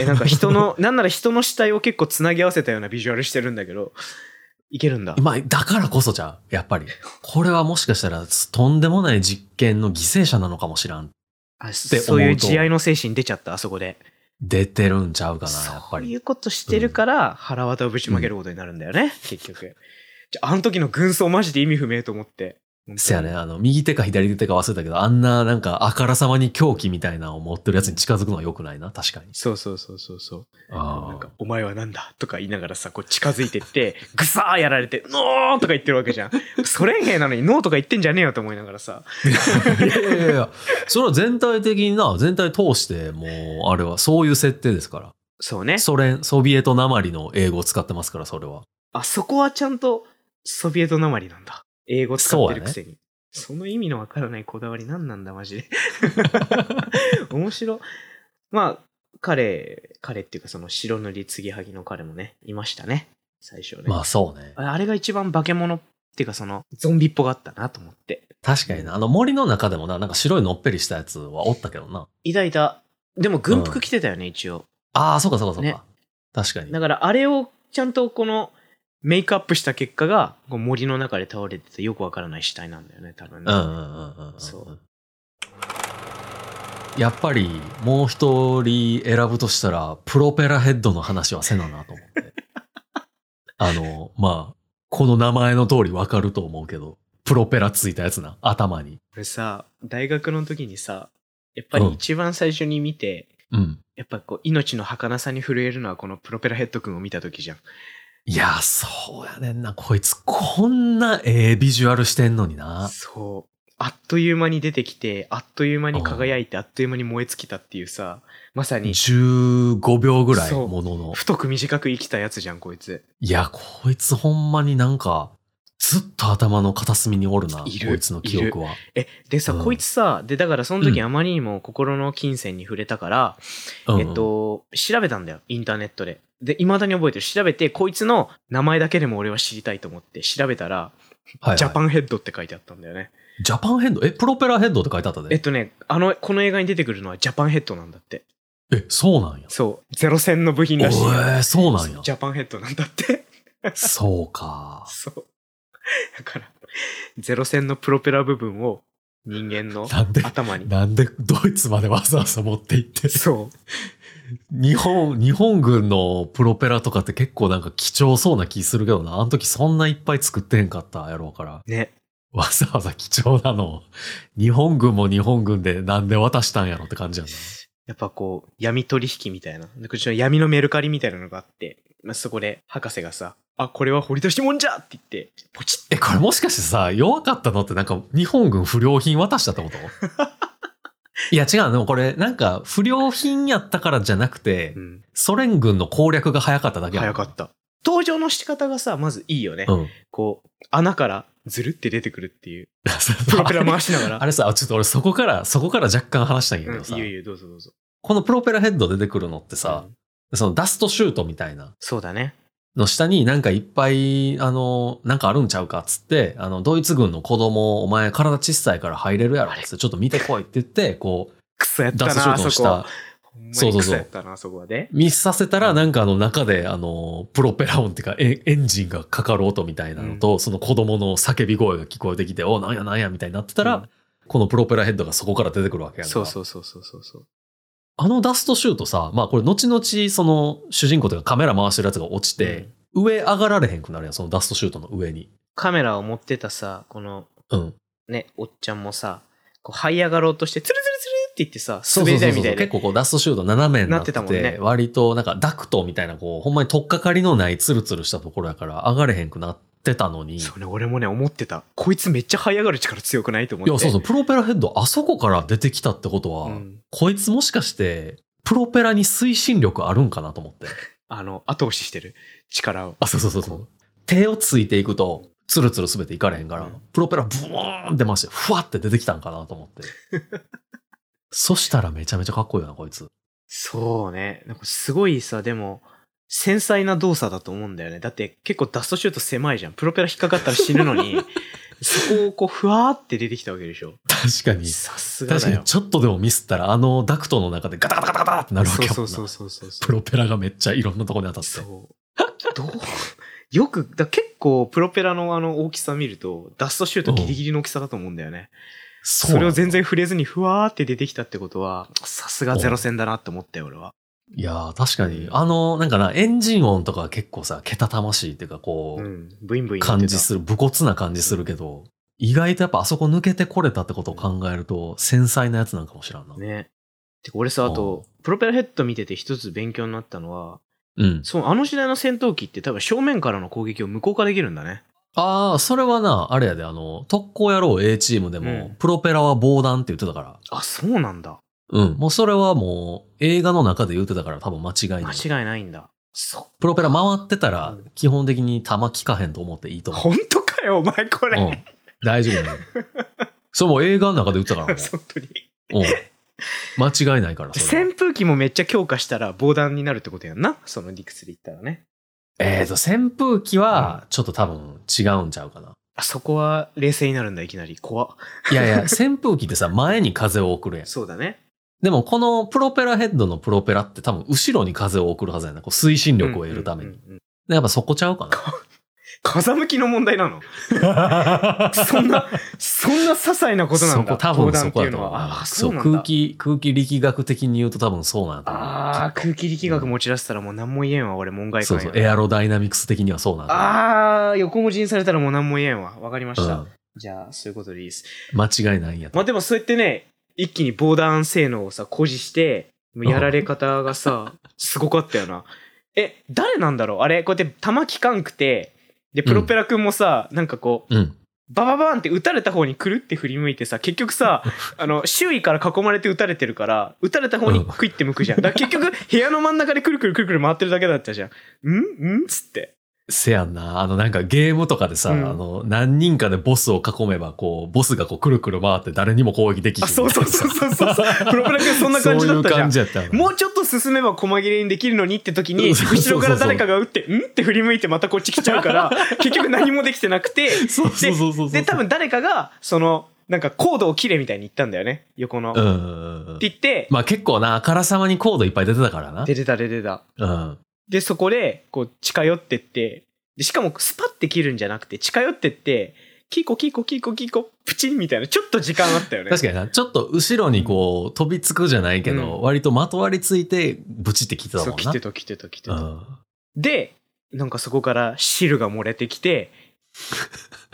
[SPEAKER 2] え、なんか人の、なんなら人の死体を結構つなぎ合わせたようなビジュアルしてるんだけど、いけるんだ。
[SPEAKER 1] まあ、だからこそじゃうやっぱり。これはもしかしたら、とんでもない実験の犠牲者なのかもしらん。て思う
[SPEAKER 2] あ
[SPEAKER 1] と
[SPEAKER 2] そういう慈愛の精神出ちゃった、あそこで。
[SPEAKER 1] 出てるんちゃうかな、やっ
[SPEAKER 2] そ
[SPEAKER 1] ぱ
[SPEAKER 2] う
[SPEAKER 1] り。
[SPEAKER 2] いうことしてるから、腹渡をぶちまけることになるんだよね、結局。じゃあ、あの時の軍曹マジで意味不明と思って。
[SPEAKER 1] せやね、あの、右手か左手か忘れたけど、あんな、なんか、あからさまに狂気みたいなのを持ってるやつに近づくのは良くないな、確かに。
[SPEAKER 2] そうそうそうそうそう。
[SPEAKER 1] あ
[SPEAKER 2] なんか、お前はなんだとか言いながらさ、こう近づいてって、 ぐさーやられて、ノーとか言ってるわけじゃん。ソ連兵なのにノーとか言ってんじゃねえよと思いながらさ。
[SPEAKER 1] いやいやいやいや、それは全体的にな、全体通して、もう、あれは、そういう設定ですから。
[SPEAKER 2] そうね。
[SPEAKER 1] ソ連、ソビエトなまりの英語を使ってますから、それは。
[SPEAKER 2] あそこはちゃんとソビエトなまりなんだ。英語使ってるくせに。その意味のわからないこだわり何なんだ、マジ で。面白。まあ、彼、彼っていうかその白塗り継ぎはぎの彼もね、いましたね。最初ね。
[SPEAKER 1] まあそうね。
[SPEAKER 2] あれが一番化け物っていうかそのゾンビっぽかったなと思って。
[SPEAKER 1] 確かにな。あの森の中でもな、なんか白いのっぺりしたやつはおったけどな。
[SPEAKER 2] いたいた。でも軍服着てたよね、一応。
[SPEAKER 1] ああ、そうかそうかそうか。
[SPEAKER 2] ね
[SPEAKER 1] 確かに。
[SPEAKER 2] だからあれをちゃんとこのメイクアップした結果がこう森の中で倒れててよくわからない死体なんだよね、多分ね。
[SPEAKER 1] うんうんうんうんうん。
[SPEAKER 2] そう。
[SPEAKER 1] やっぱりもう一人選ぶとしたら、プロペラヘッドの話はせななと思 って。あの、まあ、この名前の通りわかると思うけど、プロペラついたやつな、頭に。
[SPEAKER 2] 俺さ、大学の時にさ、やっぱり一番最初に見て、
[SPEAKER 1] うん。
[SPEAKER 2] やっぱこう命の儚さに震えるのはこのプロペラヘッド君を見た時じゃん。
[SPEAKER 1] いや、そうやねんな。こいつ、こんなええビジュアルしてんのにな。
[SPEAKER 2] そう。あっという間に出てきて、あっという間に輝いて、あっという間に燃え尽きたっていうさ、まさに
[SPEAKER 1] 15秒ぐらい
[SPEAKER 2] そう
[SPEAKER 1] ものの。
[SPEAKER 2] 太く短く生きたやつじゃん、こいつ。
[SPEAKER 1] いや、こいつほんまになんか、ずっと頭の片隅におるな、
[SPEAKER 2] いる
[SPEAKER 1] こいつの記憶は。
[SPEAKER 2] え、でさ、
[SPEAKER 1] うん
[SPEAKER 2] こいつさ、で、だからその時
[SPEAKER 1] うん
[SPEAKER 2] あまりにも心の金銭に触れたから、
[SPEAKER 1] うん
[SPEAKER 2] えっと、調べたんだよ、インターネットで。で、未だに覚えてる。調べて、こいつの名前だけでも俺は知りたいと思って、調べたら、
[SPEAKER 1] はいはい
[SPEAKER 2] ジャパンヘッドって書いてあったんだよね。
[SPEAKER 1] ジャパンヘッドえ、プロペラヘッドって書いてあった
[SPEAKER 2] えっ
[SPEAKER 1] で。
[SPEAKER 2] とね、あの、この映画に出てくるのはジャパンヘッドなんだって。
[SPEAKER 1] え、そうなんや。
[SPEAKER 2] そう、ゼロ戦の部品
[SPEAKER 1] お
[SPEAKER 2] らしいよ。
[SPEAKER 1] えー、そうなん
[SPEAKER 2] そ
[SPEAKER 1] や
[SPEAKER 2] う。ジャパンヘッドなんだって。
[SPEAKER 1] そうか。
[SPEAKER 2] そう。だから、ゼロ戦のプロペラ部分を人間 の
[SPEAKER 1] なんで、
[SPEAKER 2] 頭に。
[SPEAKER 1] なんでドイツまでわざわざ持って行って。
[SPEAKER 2] そ
[SPEAKER 1] 日本、日本軍のプロペラとかって結構なんか貴重そうな気するけどな。あの時そんないっぱい作ってへんかったやろうから。
[SPEAKER 2] う。ね。
[SPEAKER 1] わざわざ貴重なのを。日本軍も日本軍でなんで渡したんやろって感じやな。
[SPEAKER 2] やっぱこう、闇取引みたいな。でこっちの闇のメルカリみたいなのがあって、まあ、そこで博士がさ、あ、これは掘り出しもんじゃって言って、ポチッ
[SPEAKER 1] え、これもしかしてさ、弱かったのってなんか日本軍不良品渡したってこと いや違う、でもこれなんか不良品やったからじゃなくて
[SPEAKER 2] う、ん。
[SPEAKER 1] ソ連軍の攻略が早かっただけや
[SPEAKER 2] 早かった。登場の仕方がさ、まずいいよね。
[SPEAKER 1] うん。
[SPEAKER 2] こう、穴からズルって出てくるっ ていう。プロペラ回しながら。
[SPEAKER 1] あれさ、ちょっと俺そこから、そこから若干話したいんや
[SPEAKER 2] う
[SPEAKER 1] け
[SPEAKER 2] ん、
[SPEAKER 1] どさ、
[SPEAKER 2] いいよいいよ、どうぞどうぞ。
[SPEAKER 1] このプロペラヘッド出てくるのってさ
[SPEAKER 2] う、ん
[SPEAKER 1] そのダストシュートみたいな
[SPEAKER 2] そうだね。
[SPEAKER 1] の下になんかいっぱい、あの、なんかあるんちゃうかっつって、あの、ドイツ軍の子供、お前体小さいから入れるやろっつって、ちょっと見てこいって言って、こう、
[SPEAKER 2] クソやった
[SPEAKER 1] ダストシ
[SPEAKER 2] な、
[SPEAKER 1] ュ
[SPEAKER 2] あ
[SPEAKER 1] ートの
[SPEAKER 2] そこは
[SPEAKER 1] 下。、
[SPEAKER 2] ほんま
[SPEAKER 1] そう
[SPEAKER 2] に
[SPEAKER 1] そうそ
[SPEAKER 2] ク
[SPEAKER 1] う
[SPEAKER 2] ソやったな、あそこはね。
[SPEAKER 1] 見させたら、なんかあの中で、あの、プロペラ音っていうか、エエンジンがかかる音みたいなのと、その子供の叫び声が聞こえてきて、お、なんやなんやみたいになってたら、
[SPEAKER 2] うん
[SPEAKER 1] このプロペラヘッドがそこから出てくるわけやんか。
[SPEAKER 2] そうそうそうそうそうそう。
[SPEAKER 1] あのダストシュートさ、まあこれ後々その主人公というかカメラ回してるやつが落ちて、上上がられへんくなるやん、そのダストシュートの上に。
[SPEAKER 2] カメラを持ってたさ、この
[SPEAKER 1] うん。
[SPEAKER 2] ね、おっちゃんもさ、こう這い上がろうとして、ツルツルツルって言ってさ、
[SPEAKER 1] そう
[SPEAKER 2] 滑
[SPEAKER 1] そうそう
[SPEAKER 2] り台
[SPEAKER 1] そう
[SPEAKER 2] みたい
[SPEAKER 1] 結
[SPEAKER 2] で。
[SPEAKER 1] 構こうダストシュート斜めになってて、
[SPEAKER 2] なってたもんね
[SPEAKER 1] 割となんかダクトみたいなこう、ほんまに取っかかりのないツルツルしたところやから上がれへんくなってたのに。いや
[SPEAKER 2] そうね、俺もね、思ってた。こいつめっちゃ這い上がる力強くないと思って。
[SPEAKER 1] そうそう、プロペラヘッドあそこから出てきたってことは、
[SPEAKER 2] うん
[SPEAKER 1] こいつもしかしてプロペラに推進力あるんかなと思って。
[SPEAKER 2] あの、後押ししてる力を。
[SPEAKER 1] あ、そうそうそうそう。手をついていくと、つるつる滑っていかれへんから、
[SPEAKER 2] うん
[SPEAKER 1] プロペラブーンって回して、ふわって出てきたんかなと思って。 そしたらめちゃめちゃかっこいいよな、こいつ。
[SPEAKER 2] そうね。なんかすごいさ、でも、繊細な動作だと思うんだよね。だって結構ダストシュート狭いじゃん。プロペラ引っかかったら死ぬのに、そこをこう、ふわーって出てきたわけでしょ。
[SPEAKER 1] 確かに。
[SPEAKER 2] さすが
[SPEAKER 1] 確か
[SPEAKER 2] だ
[SPEAKER 1] に、
[SPEAKER 2] よ。
[SPEAKER 1] ちょっとでもミスったら、あのダクトの中でガタガタガタガタってなるわけやもん
[SPEAKER 2] そ
[SPEAKER 1] な
[SPEAKER 2] うそうそうそうそう。
[SPEAKER 1] プロペラがめっちゃいろんなとこに当たって。
[SPEAKER 2] そう。どうよく、だ結構プロペラのあの大きさ見ると、ダストシュートギリギリの大きさだと思うんだよね。
[SPEAKER 1] そ
[SPEAKER 2] それを
[SPEAKER 1] 全
[SPEAKER 2] 全然触れずにふわーって出てきたってことは、さすがゼロ戦だなって思ったよ、俺は。
[SPEAKER 1] いやー、確かに、あの、なんかな、エンジン音とか結構さ、けたたましいっていうか、こ
[SPEAKER 2] う
[SPEAKER 1] う、
[SPEAKER 2] ん。ブインブイン言っ
[SPEAKER 1] 感
[SPEAKER 2] て
[SPEAKER 1] じ
[SPEAKER 2] た。
[SPEAKER 1] する、武骨な感じするけど、意外とやっぱあそこ抜けてこれたってことを考えると、繊細なやつなんかもしらんな。
[SPEAKER 2] ね。てか俺さ、あと、プロペラヘッド見てて一つ勉強になったのは、
[SPEAKER 1] うん。
[SPEAKER 2] そのあの時代の戦闘機って多分正面からの攻撃を無効化できるんだね。
[SPEAKER 1] ああ、それはな、あれやで、あの、特攻野郎 A チームでも、
[SPEAKER 2] うん
[SPEAKER 1] プロペラは防弾って言ってたか
[SPEAKER 2] あ、そうなんだ。
[SPEAKER 1] ら。うん。もうそれはもう、映画の中で言ってたから多分間違い
[SPEAKER 2] 間
[SPEAKER 1] ない。
[SPEAKER 2] 違いないんだ。そ
[SPEAKER 1] プロペラ回ってたら
[SPEAKER 2] うん、
[SPEAKER 1] 基本的に弾効かへんと思っていいと
[SPEAKER 2] う。
[SPEAKER 1] 思う。
[SPEAKER 2] 本当かよ、お前これ。
[SPEAKER 1] うん。大丈夫だよ。それもう映画の中で言ってたからも
[SPEAKER 2] 本当に。
[SPEAKER 1] う。うん。間違いないから、それは。
[SPEAKER 2] 扇風機もめっちゃ強化したら防弾になるってことやんな。その理屈で言ったらね。
[SPEAKER 1] えっ、と、扇風機は、ちょっと多分違うんちゃうかな。
[SPEAKER 2] あそこは冷静になるんだ、いきなり。怖っ
[SPEAKER 1] いやいや、 扇風機ってさ、前に風を送るやん。
[SPEAKER 2] そうだね。
[SPEAKER 1] でも、このプロペラヘッドのプロペラって多分、後ろに風を送るはずやな。こう推進力を得るために。
[SPEAKER 2] うんうんうん。
[SPEAKER 1] でやっぱそこちゃうか
[SPEAKER 2] 風向きの問題なの
[SPEAKER 1] な。
[SPEAKER 2] そんな、そんな些細なことなんだ。
[SPEAKER 1] そこ多分
[SPEAKER 2] 防弾
[SPEAKER 1] そ
[SPEAKER 2] って
[SPEAKER 1] こ
[SPEAKER 2] い
[SPEAKER 1] や
[SPEAKER 2] う
[SPEAKER 1] と
[SPEAKER 2] の
[SPEAKER 1] 思う
[SPEAKER 2] は。ああ、
[SPEAKER 1] そ
[SPEAKER 2] そう
[SPEAKER 1] う
[SPEAKER 2] なん
[SPEAKER 1] 空
[SPEAKER 2] だ。
[SPEAKER 1] 気空気力学的に言うと多分そうなんだと思う
[SPEAKER 2] ああ、空気力学持ち出したらもう何も言えんわ、俺、門外
[SPEAKER 1] そ
[SPEAKER 2] 漢
[SPEAKER 1] う
[SPEAKER 2] や
[SPEAKER 1] そうエアロダイナミクス的にはそうなんだ
[SPEAKER 2] ああ、横文字にされたらもう何も言えんわ。わかりま
[SPEAKER 1] と
[SPEAKER 2] し
[SPEAKER 1] 思
[SPEAKER 2] た。
[SPEAKER 1] う、
[SPEAKER 2] じゃあ、そういうことでいいです。
[SPEAKER 1] うん、間違いないんやと
[SPEAKER 2] まあでもそうやってね、一気に防弾性能をさ、誇示して、もうやられ方がさ、すごかったよな。え、誰なんだろうあれ、こうやって弾効かんくて、で、プロペラ君もさ、なんかこう、
[SPEAKER 1] うん
[SPEAKER 2] バババーンって撃たれた方にくるって振り向いてさ、結 局さ、あの、周囲から囲まれて撃たれてるから、撃たれた方にクイって向くじゃん。だから結 局、部屋の真ん中でくるくるくるくる回ってるだけだったじゃん。んんつって。
[SPEAKER 1] せやんなあのなんかゲームとかでさ、
[SPEAKER 2] うん
[SPEAKER 1] あの何人かでボスを囲めばこうボスがこうくるくる回って誰にも攻撃できひん
[SPEAKER 2] あ、そうそうそうそうそう。 プロペラ君そ
[SPEAKER 1] そ
[SPEAKER 2] んな感じだったじ
[SPEAKER 1] そういう
[SPEAKER 2] ゃん
[SPEAKER 1] 感。じやったよな
[SPEAKER 2] もうちょっと進めば細切れにできるのにって時に、
[SPEAKER 1] そうそうそう
[SPEAKER 2] 後ろから誰かが打って、んって振り向いてまたこっち来ちゃう から、結局何もできてなくて、
[SPEAKER 1] そうそうそうそう
[SPEAKER 2] で、多分誰かが、その、なんかコードを切れみたいに言ったんだよね、横の。
[SPEAKER 1] う
[SPEAKER 2] って
[SPEAKER 1] んうんうん
[SPEAKER 2] 言って、
[SPEAKER 1] まあ結構なあからさまにコードいっぱい出てたからな
[SPEAKER 2] 出てた出てた。
[SPEAKER 1] うん
[SPEAKER 2] で、そこで、こう、近寄ってって、でしかもスパッて切るんじゃなくて、近寄ってって、キーコキーコキーコキーコ、プチンみたいな、ちょっと時間あったよね。
[SPEAKER 1] 確かになちょっと後ろにこう飛びつくじゃないけど、
[SPEAKER 2] うん
[SPEAKER 1] 割とまとわりついてブチってきてたもん
[SPEAKER 2] そ
[SPEAKER 1] な
[SPEAKER 2] う、切ってた切ってた切って
[SPEAKER 1] う
[SPEAKER 2] た。
[SPEAKER 1] ん
[SPEAKER 2] で、なんかそこから汁が漏れてきて、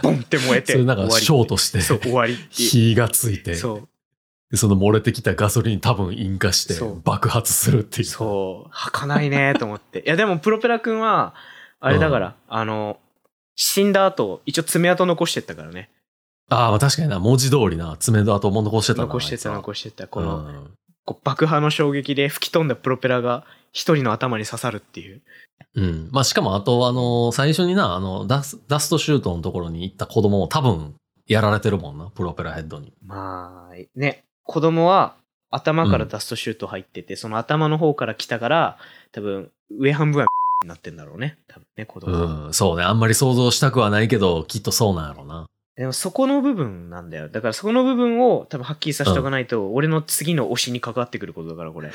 [SPEAKER 2] ボンって燃えて。
[SPEAKER 1] それなんか
[SPEAKER 2] 終わり
[SPEAKER 1] ショートして
[SPEAKER 2] そう、終わりっていう
[SPEAKER 1] 火がついてそ
[SPEAKER 2] そ
[SPEAKER 1] の漏れてきたガソリン多分引火して
[SPEAKER 2] そう
[SPEAKER 1] 爆発するっていう
[SPEAKER 2] う、そう、はかないねと思って。いや、でもプロペラ君は、あれだから、あの、死んだ後、一応爪痕残してったからね。
[SPEAKER 1] ああまあ確かにな文字通りな爪の跡も残してたな
[SPEAKER 2] 残してた、
[SPEAKER 1] あいつは
[SPEAKER 2] 残してた。この、
[SPEAKER 1] うん
[SPEAKER 2] こう爆破の衝撃で吹き飛んだプロペラが一人の頭に刺さるっていう。
[SPEAKER 1] うんまあしかもあとあの最初になあのダスダストシュートのところに行った子供も多分やられてるもんなプロペラヘッドに
[SPEAKER 2] まあ、ね、子供は頭からダストシュート入ってて、その頭の方から来たから、多分、上半分は になってんだろうね。多分ね、子供は。
[SPEAKER 1] うんそうねあんまり想像したくはないけどきっとそうなんやろう な
[SPEAKER 2] でもそこの部分なんだよ。だからそこの部分を多分はっきりさせておかないと、俺の次の推しに関わってくることだから、これ。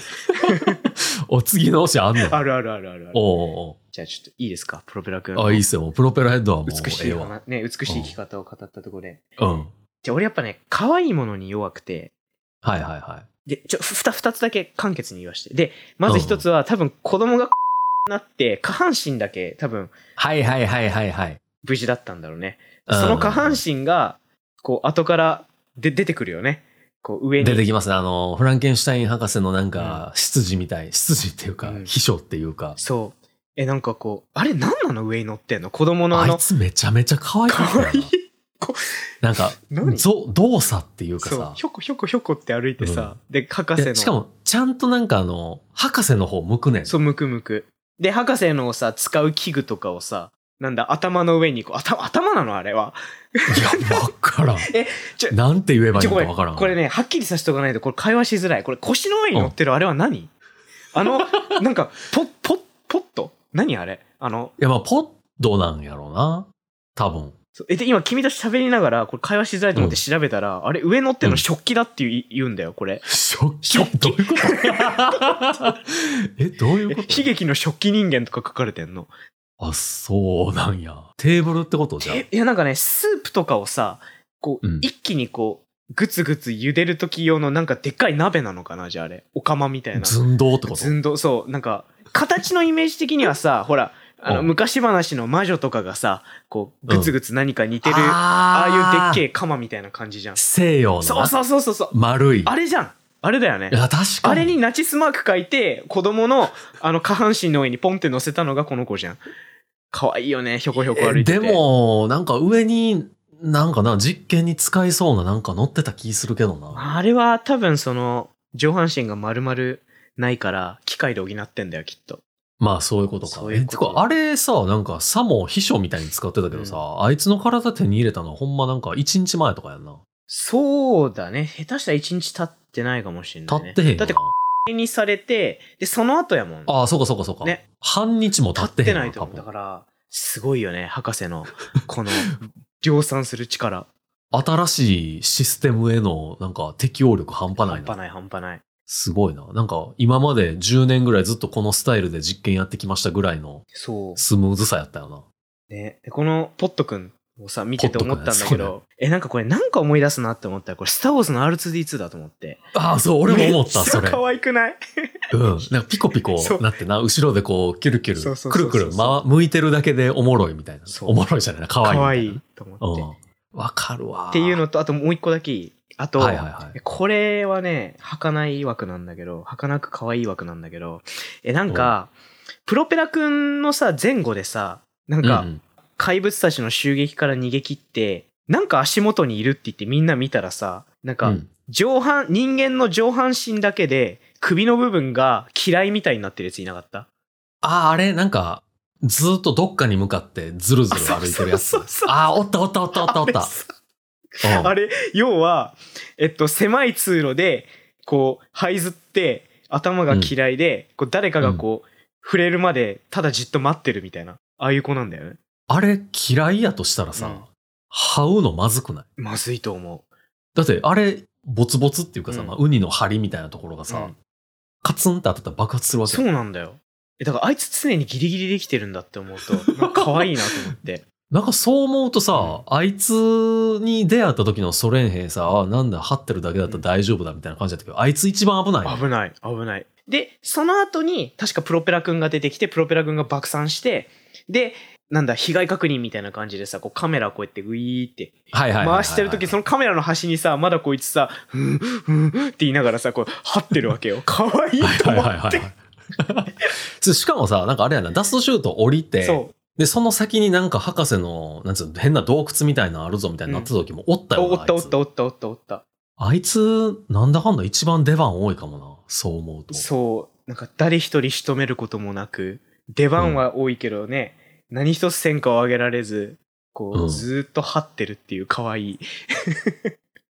[SPEAKER 1] お次の推しあんの
[SPEAKER 2] あるあるあるあるある。
[SPEAKER 1] おうおう
[SPEAKER 2] じゃあちょっといいですか、プロペラ君。
[SPEAKER 1] おうあいいっすよもうプロペラヘッドはもう
[SPEAKER 2] 美し
[SPEAKER 1] ええ
[SPEAKER 2] い
[SPEAKER 1] わ
[SPEAKER 2] 話、ね、美しい生き方を語ったところで。
[SPEAKER 1] うん
[SPEAKER 2] で、俺やっぱね、可愛いものに弱くて、
[SPEAKER 1] はいはいはい
[SPEAKER 2] で、ちょ、ふふた、二つだけ簡潔に言わして。で、まず一つは、多分子供がなって、下半身だけ多分
[SPEAKER 1] はいはいはいはいはい
[SPEAKER 2] 無事だったんだろうね。
[SPEAKER 1] うん
[SPEAKER 2] その下半身が、こう、後からで出てくるよね。こう、上に。
[SPEAKER 1] 出てきますねあのフランケンシュタイン博士のなんか執事みたい執事っていうか、
[SPEAKER 2] うん
[SPEAKER 1] 秘書っていうか、
[SPEAKER 2] そう。え、なんかこう、あれ何なの上に乗ってんの子供の
[SPEAKER 1] あ
[SPEAKER 2] あ
[SPEAKER 1] い
[SPEAKER 2] の、
[SPEAKER 1] つめちゃめちゃ可愛かった
[SPEAKER 2] 可
[SPEAKER 1] よな
[SPEAKER 2] 愛い
[SPEAKER 1] なんか
[SPEAKER 2] 何
[SPEAKER 1] ぞ動作っていうか
[SPEAKER 2] そう
[SPEAKER 1] さ、
[SPEAKER 2] ひょこひょこひょこって歩いてさ、で、博士の。
[SPEAKER 1] でしかもちゃんとなんかあの博士の方向くねん
[SPEAKER 2] そう、むくむく。で、博士のさ、使う器具とかをさ、なんだ、頭の上にこう、頭、頭なのあれは。
[SPEAKER 1] いやわからん
[SPEAKER 2] えちょ
[SPEAKER 1] なんて言えばいい
[SPEAKER 2] ちょ、
[SPEAKER 1] のか
[SPEAKER 2] ごめ
[SPEAKER 1] わから
[SPEAKER 2] ん。
[SPEAKER 1] ん
[SPEAKER 2] これね、はっきりさせておかないと、これ会話しづらい。これ腰の上に乗ってるあれは何 あの、なんか、ポポッ、ポット何あれあの、
[SPEAKER 1] いやまあポッドなんやろうな多分
[SPEAKER 2] そうえ、で、今君と喋りながら、これ会話しづらいと思って
[SPEAKER 1] う
[SPEAKER 2] 調べたら、あれ上乗ってる
[SPEAKER 1] うん
[SPEAKER 2] の食器だって言う言うんだよ、これ。
[SPEAKER 1] 食器
[SPEAKER 2] 食器
[SPEAKER 1] どういうこと えどういう
[SPEAKER 2] え
[SPEAKER 1] こと
[SPEAKER 2] 悲劇の食器人間とか書かれてんの。
[SPEAKER 1] あそうなんやテーブルってことじゃん
[SPEAKER 2] えいや、なんかね、スープとかをさ、こう、
[SPEAKER 1] うん
[SPEAKER 2] 一気にこう、ぐつぐつ茹でる時用のなんかでっかい鍋なのかな、じゃああれ。お釜みたいな。
[SPEAKER 1] 寸胴ってこと
[SPEAKER 2] 寸胴、そう、なんか、形のイメージ的にはさ、ほら、あの、
[SPEAKER 1] うん
[SPEAKER 2] 昔話の魔女とかがさ、こう、ぐつぐつ何か似てる、あ
[SPEAKER 1] あ
[SPEAKER 2] あいうでっ
[SPEAKER 1] え
[SPEAKER 2] けえ釜みたいな感じじゃん。
[SPEAKER 1] 西洋のな
[SPEAKER 2] そうそうそうそうそう。
[SPEAKER 1] 丸い
[SPEAKER 2] あれじゃん。あれだよね
[SPEAKER 1] い。や確かに
[SPEAKER 2] あれにナチスマーク書いて、子供の、あの、下半身の上にポンって乗せたのがこの子じゃん。可愛いよね、ひょこひょこ歩い
[SPEAKER 1] え
[SPEAKER 2] てて。
[SPEAKER 1] で、もなんか上になんかな実験に使えそうななんか乗ってた気するけどな
[SPEAKER 2] あれは多分その、上半身が丸々ないから、機械で補ってんだよ、きっと。
[SPEAKER 1] まあそういうことか
[SPEAKER 2] そういうこと
[SPEAKER 1] えてかあれさなんかさも秘書みたいに使ってたけどさ、あいつの体手に入れたのほんまなんか1日前とかやんな
[SPEAKER 2] そうだね。下手したら1日経ってないかもしれない、
[SPEAKER 1] 経
[SPEAKER 2] ね。
[SPEAKER 1] ってへんよな。
[SPEAKER 2] だって、にされて、で、その後やもん。
[SPEAKER 1] ああ、そうかそうかそうか。
[SPEAKER 2] ね
[SPEAKER 1] 半日も経
[SPEAKER 2] 経
[SPEAKER 1] って
[SPEAKER 2] っ
[SPEAKER 1] へ
[SPEAKER 2] て
[SPEAKER 1] ん
[SPEAKER 2] ない
[SPEAKER 1] の
[SPEAKER 2] と
[SPEAKER 1] か
[SPEAKER 2] 思う。だ
[SPEAKER 1] も。
[SPEAKER 2] から、すごいよね、博士の、この、 量産する力。
[SPEAKER 1] 新しいシステムへのなんか適応力半端ない
[SPEAKER 2] 半
[SPEAKER 1] な
[SPEAKER 2] 端。ない、半端ない。
[SPEAKER 1] すごいな。なんか今まで10年ぐらいずっとこのスタイルで実験やってきましたぐらいの
[SPEAKER 2] そう。
[SPEAKER 1] スムーズさやったよな。
[SPEAKER 2] ね、でこのポットくんをさ、見てて
[SPEAKER 1] ポッ
[SPEAKER 2] 思
[SPEAKER 1] ト
[SPEAKER 2] っ
[SPEAKER 1] くん
[SPEAKER 2] たんだ
[SPEAKER 1] そ
[SPEAKER 2] け
[SPEAKER 1] うだ
[SPEAKER 2] ど、え、なんかこれなんか思い出すなって思ったら、これスターウォーズの R2D2 だと思って。
[SPEAKER 1] ああ、そう、俺も思った、
[SPEAKER 2] めちゃ
[SPEAKER 1] そ れ。
[SPEAKER 2] 可愛くない
[SPEAKER 1] うん。 なんかピコピコ
[SPEAKER 2] そう
[SPEAKER 1] なってな、後ろでこう、キュルキュ
[SPEAKER 2] そう
[SPEAKER 1] ル、
[SPEAKER 2] そうそうそう
[SPEAKER 1] くるくる、ま、向いてるだけでおもろいみたいな。
[SPEAKER 2] そう
[SPEAKER 1] おもろいじゃないな、かわいい。
[SPEAKER 2] 可愛いと思って。っ
[SPEAKER 1] うん。わかるわ。
[SPEAKER 2] ていうのと、あともう一個だけいい。あと、
[SPEAKER 1] はいはいはい。
[SPEAKER 2] これはね、儚い枠なんだけど、儚く可愛い枠なんだけど、え、なんか、プロペラくんのさ、前後でさ、なんか、
[SPEAKER 1] うんうん
[SPEAKER 2] 怪物たちの襲撃から逃げ切って、なんか足元にいるって言ってみんな見たらさ、なん
[SPEAKER 1] う
[SPEAKER 2] か
[SPEAKER 1] ん
[SPEAKER 2] 上半、人間の上半身だけで首の部分が嫌いみたいになってるやついなかった
[SPEAKER 1] ああ、あれ、なんか、ずーっとどっかに向かってずるずる歩いてるやつ
[SPEAKER 2] あそうそうそうそ。う
[SPEAKER 1] ああ、おったおったおったおったおっ
[SPEAKER 2] あれ
[SPEAKER 1] た。
[SPEAKER 2] さ
[SPEAKER 1] うん
[SPEAKER 2] あれ、要は、えっと、狭い通路で、こう、這いずって、頭が嫌いで、こう誰かがこう、触れるまで、ただじっと待ってるみたいな、ああいう子なんだよね。
[SPEAKER 1] あれ嫌いやとしたら
[SPEAKER 2] う
[SPEAKER 1] さ
[SPEAKER 2] ん、
[SPEAKER 1] 這うのまずくない
[SPEAKER 2] まずいと思う。
[SPEAKER 1] だってあれボツボツっていうかさ、
[SPEAKER 2] うん
[SPEAKER 1] まあ、ウニの針みたいなところがさ、
[SPEAKER 2] うん
[SPEAKER 1] カツンって当たったら爆発するわけ
[SPEAKER 2] そうなんだよ。えだからあいつ常にギリギリできてるんだって思うと、なんか可愛いなと思って。
[SPEAKER 1] なんかそう思うとさ、あいつに出会った時のソ連兵さあなんだ張ってるだけだったら大丈夫だみたいな感じだったけどあいつ一番危ないね
[SPEAKER 2] 危ない、危ない。で、その後に、確かプロペラくんが出てきて、プロペラくんが爆散して、で、なんだ、被害確認みたいな感じでさ、こうカメラこうやってウィーって
[SPEAKER 1] はいはいはいはいはい
[SPEAKER 2] 回してる時そのカメラの端にさまだこいつさ「ふんふん」って言いながらさこう張ってるわ けよ可愛い
[SPEAKER 1] はい
[SPEAKER 2] と
[SPEAKER 1] はい
[SPEAKER 2] 思
[SPEAKER 1] はい
[SPEAKER 2] っ
[SPEAKER 1] はい
[SPEAKER 2] て
[SPEAKER 1] はいそうしかもさなんかあれやなダストシュート降りて
[SPEAKER 2] そ
[SPEAKER 1] でその先になんか博士のなんつうの変な洞窟みたいなのあるぞみたいになった時もおった
[SPEAKER 2] う
[SPEAKER 1] よな、
[SPEAKER 2] おった
[SPEAKER 1] あ
[SPEAKER 2] お
[SPEAKER 1] い
[SPEAKER 2] っ
[SPEAKER 1] つ
[SPEAKER 2] たおったおったおった
[SPEAKER 1] あいつなんだかんだ一番出番多いかもなそう思うと
[SPEAKER 2] そうなんか誰一人仕留めることもなく出番は多いけどね、何一つ戦果を上げられずこう、
[SPEAKER 1] うん
[SPEAKER 2] ずーっと張ってるっていう可愛い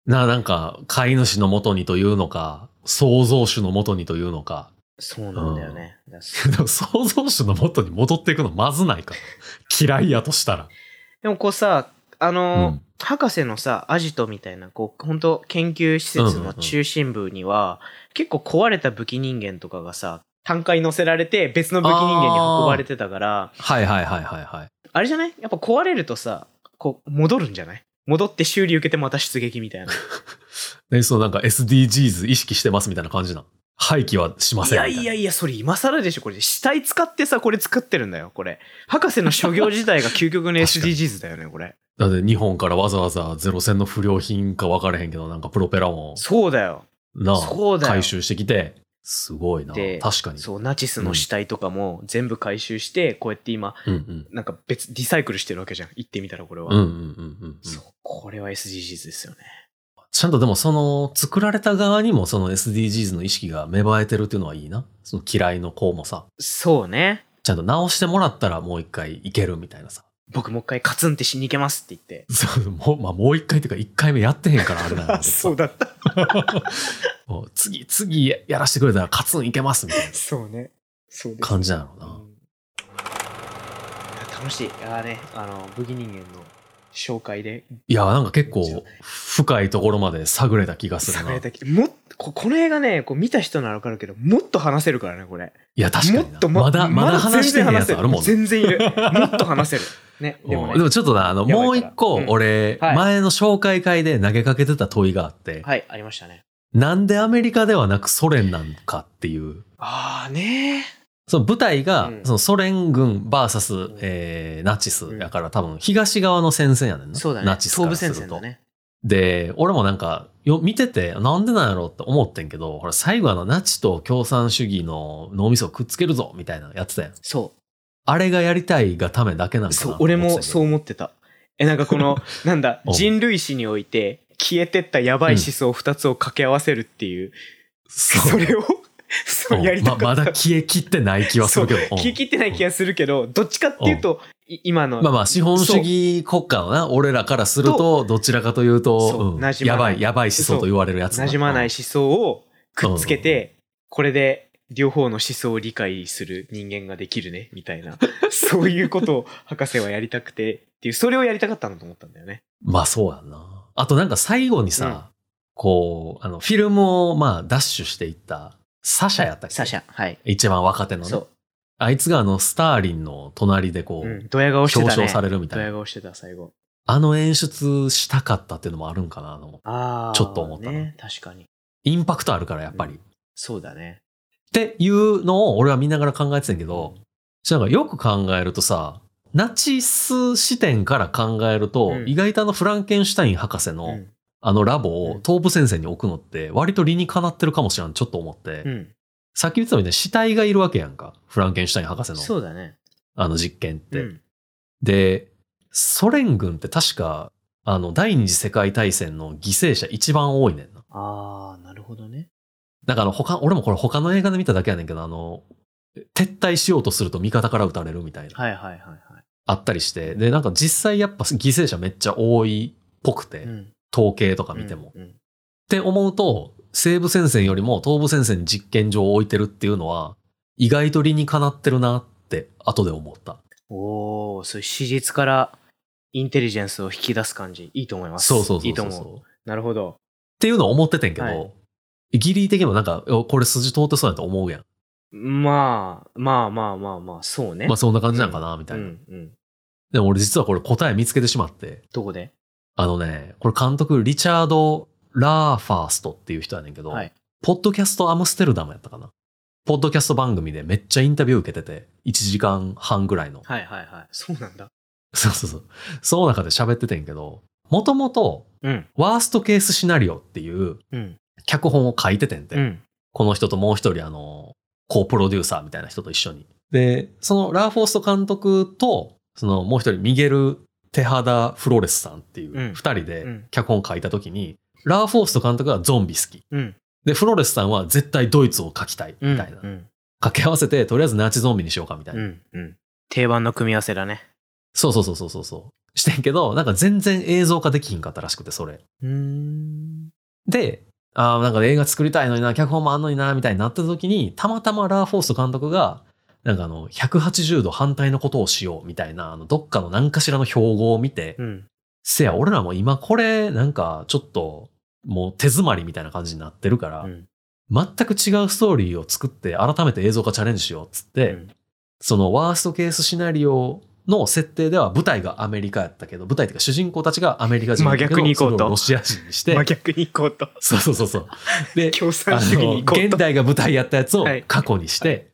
[SPEAKER 1] な、なんか、飼い主のもとにというのか、創造主のもとにというのか、
[SPEAKER 2] そうなんだよね、だから
[SPEAKER 1] でも創造主のもとに戻っていくのまずないか。嫌いやとしたら。
[SPEAKER 2] でもこうさ、あの、
[SPEAKER 1] うん
[SPEAKER 2] 博士のさ、アジトみたいな、こう、本当研究施設の中心部には、結構壊れた武器人間とかがさ、単価に乗せられて別の武器人間に運ばれてたから、あ
[SPEAKER 1] はいはいはいはいはい。
[SPEAKER 2] れじゃないやっぱ壊れるとさ、こう、戻るんじゃない戻って修理受けてまた出撃みたい な。
[SPEAKER 1] で、そのなんか SDGs 意識してますみたいな感じなの。廃棄はしま
[SPEAKER 2] い
[SPEAKER 1] せんみ
[SPEAKER 2] や
[SPEAKER 1] たいな。
[SPEAKER 2] いやいや、それ今更でしょ、これ。死体使ってさ、これ作ってるんだよ、これ。博士の所業 自体が究極の SDGs だよね、これ。
[SPEAKER 1] だって日本からわざわざゼロ戦の不良品か分からへんけど、なんかプロペラも、
[SPEAKER 2] そうだよ。
[SPEAKER 1] なあ
[SPEAKER 2] そうだよ
[SPEAKER 1] 回収してきて、すごいな。
[SPEAKER 2] で
[SPEAKER 1] 確かに。
[SPEAKER 2] そう、ナチスの死体とかも全部回収して、こうやって今、
[SPEAKER 1] うんうん。
[SPEAKER 2] なんか別、リサイクルしてるわけじゃん。言ってみたらこれは。
[SPEAKER 1] うんうんうんうんうん。
[SPEAKER 2] そう。これは SDGs ですよね。
[SPEAKER 1] ちゃんとでもその作られた側にもその SDGs の意識が芽生えてるっていうのはいいな。その嫌いの子もさ、
[SPEAKER 2] そうね。
[SPEAKER 1] ちゃんと直してもらったらもう一回いけるみたいなさ。
[SPEAKER 2] 僕もう一回カツンって死に行けますって言って。
[SPEAKER 1] そう、もう、まあもう一回っていうか一回目やってへんからあれなんだけ どさ
[SPEAKER 2] そうだった。
[SPEAKER 1] もう次、次やらしてくれたらカツンいけますみたいな
[SPEAKER 2] そうね。そうです。
[SPEAKER 1] 感じなの
[SPEAKER 2] う
[SPEAKER 1] な。
[SPEAKER 2] ん楽しい。ああね、あの、武器人間の紹介で、
[SPEAKER 1] いや、なんか結構深いところまで探れた気がする
[SPEAKER 2] 探
[SPEAKER 1] な。
[SPEAKER 2] れ
[SPEAKER 1] い
[SPEAKER 2] たきもっここの映画ね、こう見た人ならわかるけど、もっと話せるからね、これ。
[SPEAKER 1] や、確か
[SPEAKER 2] も
[SPEAKER 1] に
[SPEAKER 2] っ
[SPEAKER 1] な
[SPEAKER 2] と
[SPEAKER 1] まだ、まだ話してへんやつあるもんね。
[SPEAKER 2] 全然いる。もっと話せる。ね。
[SPEAKER 1] で
[SPEAKER 2] でも
[SPEAKER 1] も
[SPEAKER 2] ね。
[SPEAKER 1] でもちょっとな、あの、
[SPEAKER 2] やばい
[SPEAKER 1] もう一個
[SPEAKER 2] からうん
[SPEAKER 1] 俺、
[SPEAKER 2] はい
[SPEAKER 1] 前の紹介会で投げかけてた問いがあって、
[SPEAKER 2] はい、ありましたね。
[SPEAKER 1] なんでアメリカではなくソ連なんかっていう。
[SPEAKER 2] ああね
[SPEAKER 1] その舞台が、
[SPEAKER 2] うん
[SPEAKER 1] そのソ連軍 VS、
[SPEAKER 2] ん
[SPEAKER 1] えーナチスやから多分東側の戦線やねんな。
[SPEAKER 2] そうだね。
[SPEAKER 1] ナチスか
[SPEAKER 2] 東
[SPEAKER 1] ら
[SPEAKER 2] 部
[SPEAKER 1] する
[SPEAKER 2] 戦
[SPEAKER 1] と。
[SPEAKER 2] 線だね。
[SPEAKER 1] で、俺もなんかよ見ててなんでなんやろうって思ってんけど、ほら最後あのナチと共産主義の脳みそをくっつけるぞみたいなのやってたやん。
[SPEAKER 2] そ
[SPEAKER 1] あれがやりたいがためだけなんか
[SPEAKER 2] う。
[SPEAKER 1] な
[SPEAKER 2] そう、俺もそう
[SPEAKER 1] う。
[SPEAKER 2] 思ってた。え、なんかこ の、なんだ、
[SPEAKER 1] うん
[SPEAKER 2] 人類史において、消えてったやばい思想2つを掛け合わせるっていう、
[SPEAKER 1] そう
[SPEAKER 2] それを、そうう、やりたかった。
[SPEAKER 1] ままだ消えきってない気はするけど。
[SPEAKER 2] そう消え
[SPEAKER 1] っ
[SPEAKER 2] 切ってない気がするけど、どっちかっていうと、い今の、
[SPEAKER 1] まあまあ、資本主義国家のな、俺らからすると、どちらかという
[SPEAKER 2] そう
[SPEAKER 1] と、うん
[SPEAKER 2] 馴染ま
[SPEAKER 1] やば
[SPEAKER 2] ない
[SPEAKER 1] い、やばい思想と言われるやつ
[SPEAKER 2] なじまない思
[SPEAKER 1] し。
[SPEAKER 2] 想をくっつけて、これで両方の思想を理解する人間ができるね、みたいな。 そういうことを博士はやりたくて、っていう、それをやりたかったんだと思ったんだよね。
[SPEAKER 1] まあそうやんな。あとなんか最後に
[SPEAKER 2] うん
[SPEAKER 1] さ、こう、あの、フィルムをまあダッシュしていった、サシャやったっけ
[SPEAKER 2] サシャ、はい。
[SPEAKER 1] 一番若手のね
[SPEAKER 2] そ。
[SPEAKER 1] あいつがあの、スターリンの隣でこ
[SPEAKER 2] う。
[SPEAKER 1] う、
[SPEAKER 2] うん、ドヤ顔して
[SPEAKER 1] 表
[SPEAKER 2] た
[SPEAKER 1] 彰
[SPEAKER 2] ね。
[SPEAKER 1] されるみたい
[SPEAKER 2] ド
[SPEAKER 1] な。
[SPEAKER 2] ヤ顔してた、最後。
[SPEAKER 1] あの演出したかったっていうのもあるんかなあの。
[SPEAKER 2] ああ。
[SPEAKER 1] ちょっと思ったな
[SPEAKER 2] ね。確かに。
[SPEAKER 1] インパクトあるから、やっぱり。
[SPEAKER 2] う
[SPEAKER 1] っ
[SPEAKER 2] んそうだね。
[SPEAKER 1] ていうのを俺は見ながら考えてたんやけど、なんかよく考えるとさ、ナチス視点から考えると、
[SPEAKER 2] うん
[SPEAKER 1] 意外とあのフランケンシュタイン博士の、
[SPEAKER 2] うん。
[SPEAKER 1] あのラボ
[SPEAKER 2] う
[SPEAKER 1] を
[SPEAKER 2] ん
[SPEAKER 1] 東部戦線に置くのって割と理にかなってるかもしれんちょっと思って、
[SPEAKER 2] うん。
[SPEAKER 1] さっき言ってたみたいに死体がいるわけやんかフランケンシュタイン博士の
[SPEAKER 2] そうだね。
[SPEAKER 1] あの実験って、
[SPEAKER 2] うん
[SPEAKER 1] でソ連軍って確かあの第二次世界大戦の犠牲者一番多いねんな
[SPEAKER 2] ああ、なるほどね。
[SPEAKER 1] だから他俺もこれ他の映画で見ただけやねんけどあの撤退しようとすると味方から撃たれるみたいな、
[SPEAKER 2] はいはいはいは
[SPEAKER 1] あったりしてでなんか実際やっぱ犠牲者めっちゃ多いっぽくて、
[SPEAKER 2] い。うん。
[SPEAKER 1] 統計とか見ても、
[SPEAKER 2] うん。
[SPEAKER 1] って思うと、西部戦線よりも東部戦線に実験場を置いてるっていうのは、意外と理にかなってるなって、後で思った。
[SPEAKER 2] おお、そういう史実からインテリジェンスを引き出す感じ。いいと思います。
[SPEAKER 1] そうそうそうそうそう
[SPEAKER 2] いいと思う。なるほど。
[SPEAKER 1] っていうのを思っててんけど、
[SPEAKER 2] はい
[SPEAKER 1] ギリ的にもなんか、おこれ筋通ってそうやと思うやん。
[SPEAKER 2] まあ、まあまあまあまあ、そうね。
[SPEAKER 1] まあそんな感じなんかな、みたいな。
[SPEAKER 2] うんうん。
[SPEAKER 1] でも俺実はこれ答え見つけてしまって、
[SPEAKER 2] どこで
[SPEAKER 1] あのね、これ監督、リチャード・ラーファーストっていう人やねんけど、
[SPEAKER 2] はい
[SPEAKER 1] ポッドキャストアムステルダムやったかな。ポッドキャスト番組でめっちゃインタビュー受けてて、1時間半ぐらいの。
[SPEAKER 2] はいはいはい。そうなんだ。
[SPEAKER 1] そうそうそう。その中で喋っててんけど、もともと、
[SPEAKER 2] うん。
[SPEAKER 1] ワーストケースシナリオっていう
[SPEAKER 2] うん。
[SPEAKER 1] 脚本を書いててんて。
[SPEAKER 2] うん。
[SPEAKER 1] この人ともう一人、あの、コープロデューサーみたいな人と一緒に。で、そのラーフォースト監督と、そのもう一人、ミゲル・テハダ・フロレスさんっていううん二人
[SPEAKER 2] う
[SPEAKER 1] で
[SPEAKER 2] ん
[SPEAKER 1] 脚本書いた時に、ラーフォースト監督はゾンビ好き。
[SPEAKER 2] うん。
[SPEAKER 1] で、フロレスさんは絶対ドイツを書きたい。
[SPEAKER 2] うん。
[SPEAKER 1] みたいな。
[SPEAKER 2] うん。
[SPEAKER 1] 掛け合わせて、とりあえずナチゾンビにしようかみたいな。
[SPEAKER 2] うん。うん。定番の組み合わせだね。
[SPEAKER 1] そうそうそうそうそうそう。してんけど、なんか全然映像化できひんかったらしくて、それ。
[SPEAKER 2] うーん。
[SPEAKER 1] で、あーなんか映画作りたいのにな、脚本もあんのにな、みたいになった時に、たまたまラーフォースト監督が、なんかあの、180度反対のことをしよう、みたいな、あの、どっかの何かしらの標語を見て、
[SPEAKER 2] うん。
[SPEAKER 1] せや、俺らも今これ、なんか、ちょっと、もう手詰まりみたいな感じになってるから、
[SPEAKER 2] うん。
[SPEAKER 1] 全く違うストーリーを作って、改めて映像化チャレンジしよう、っつって、
[SPEAKER 2] うん
[SPEAKER 1] そのワーストケースシナリオの設定では舞台がアメリカやったけど、舞台っていうか主人公たちがアメリカ人だけど
[SPEAKER 2] 真逆に行こうと
[SPEAKER 1] それをロシア人にして
[SPEAKER 2] 真、逆に行こうと。
[SPEAKER 1] そうそうそうそう。で、
[SPEAKER 2] 共産
[SPEAKER 1] あ
[SPEAKER 2] 主義
[SPEAKER 1] の
[SPEAKER 2] に行こう
[SPEAKER 1] 現
[SPEAKER 2] と。
[SPEAKER 1] 代が舞台やったやつを
[SPEAKER 2] はい
[SPEAKER 1] 過去にして、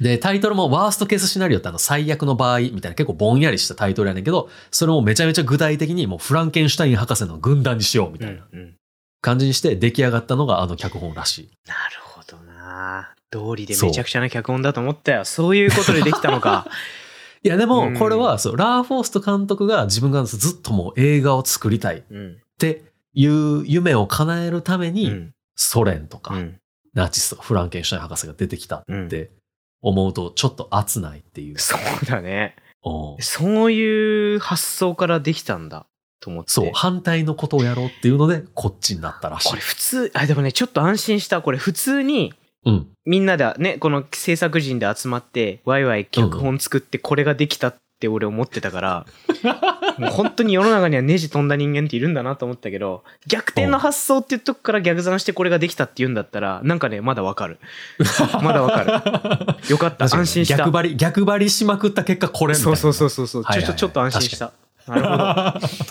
[SPEAKER 1] で、タイトルもワーストケースシナリオってあの最悪の場合みたいな結構ぼんやりしたタイトルやねんけど、それもめちゃめちゃ具体的にもうフランケンシュタイン博士の軍団にしようみ
[SPEAKER 2] う
[SPEAKER 1] たい
[SPEAKER 2] ん
[SPEAKER 1] な
[SPEAKER 2] うん。
[SPEAKER 1] 感じにして出来上がったのがあの脚本らしい。
[SPEAKER 2] なるほどな。道理で
[SPEAKER 1] そう
[SPEAKER 2] めちゃくちゃな脚本だと思ったよ。そういうことでできたの か。
[SPEAKER 1] いやで
[SPEAKER 2] う
[SPEAKER 1] も
[SPEAKER 2] ん
[SPEAKER 1] これはそう、ラーフォースト監督が自分がずっともう映画を作りたい
[SPEAKER 2] うん。
[SPEAKER 1] っていう夢を叶えるため
[SPEAKER 2] う
[SPEAKER 1] に、
[SPEAKER 2] ん。
[SPEAKER 1] ソ連とか、
[SPEAKER 2] うん。
[SPEAKER 1] ナチスとかフランケンシュタイン博士が出てきた
[SPEAKER 2] うん
[SPEAKER 1] って思うとちょっと熱ないっていう。
[SPEAKER 2] そうだね。
[SPEAKER 1] うん
[SPEAKER 2] そういう発想からできたんだと思って。
[SPEAKER 1] そう、反対のことをやろうっていうので、こっちになったらしい
[SPEAKER 2] これ。普通、あ、でもね、ちょっと安心した。これ普通に
[SPEAKER 1] うん。
[SPEAKER 2] みんなでね、この制作陣で集まって、ワイワイ脚本作ってこれができたって俺思ってた から、もう本当に世の中にはネジ飛んだ人間っているんだなと思ったけど、逆転の発想っていうとこから逆算してこれができたって言うんだったら、なんかね、まだわ かる。 まだわかる。
[SPEAKER 1] る。
[SPEAKER 2] よかった。安心した。
[SPEAKER 1] 逆張り、逆張りしまくった結果、これみたい
[SPEAKER 2] そ
[SPEAKER 1] な。
[SPEAKER 2] うそうそうそうそう、
[SPEAKER 1] はいはいはい
[SPEAKER 2] ちょっとちょっと安心した。なるほど。 よ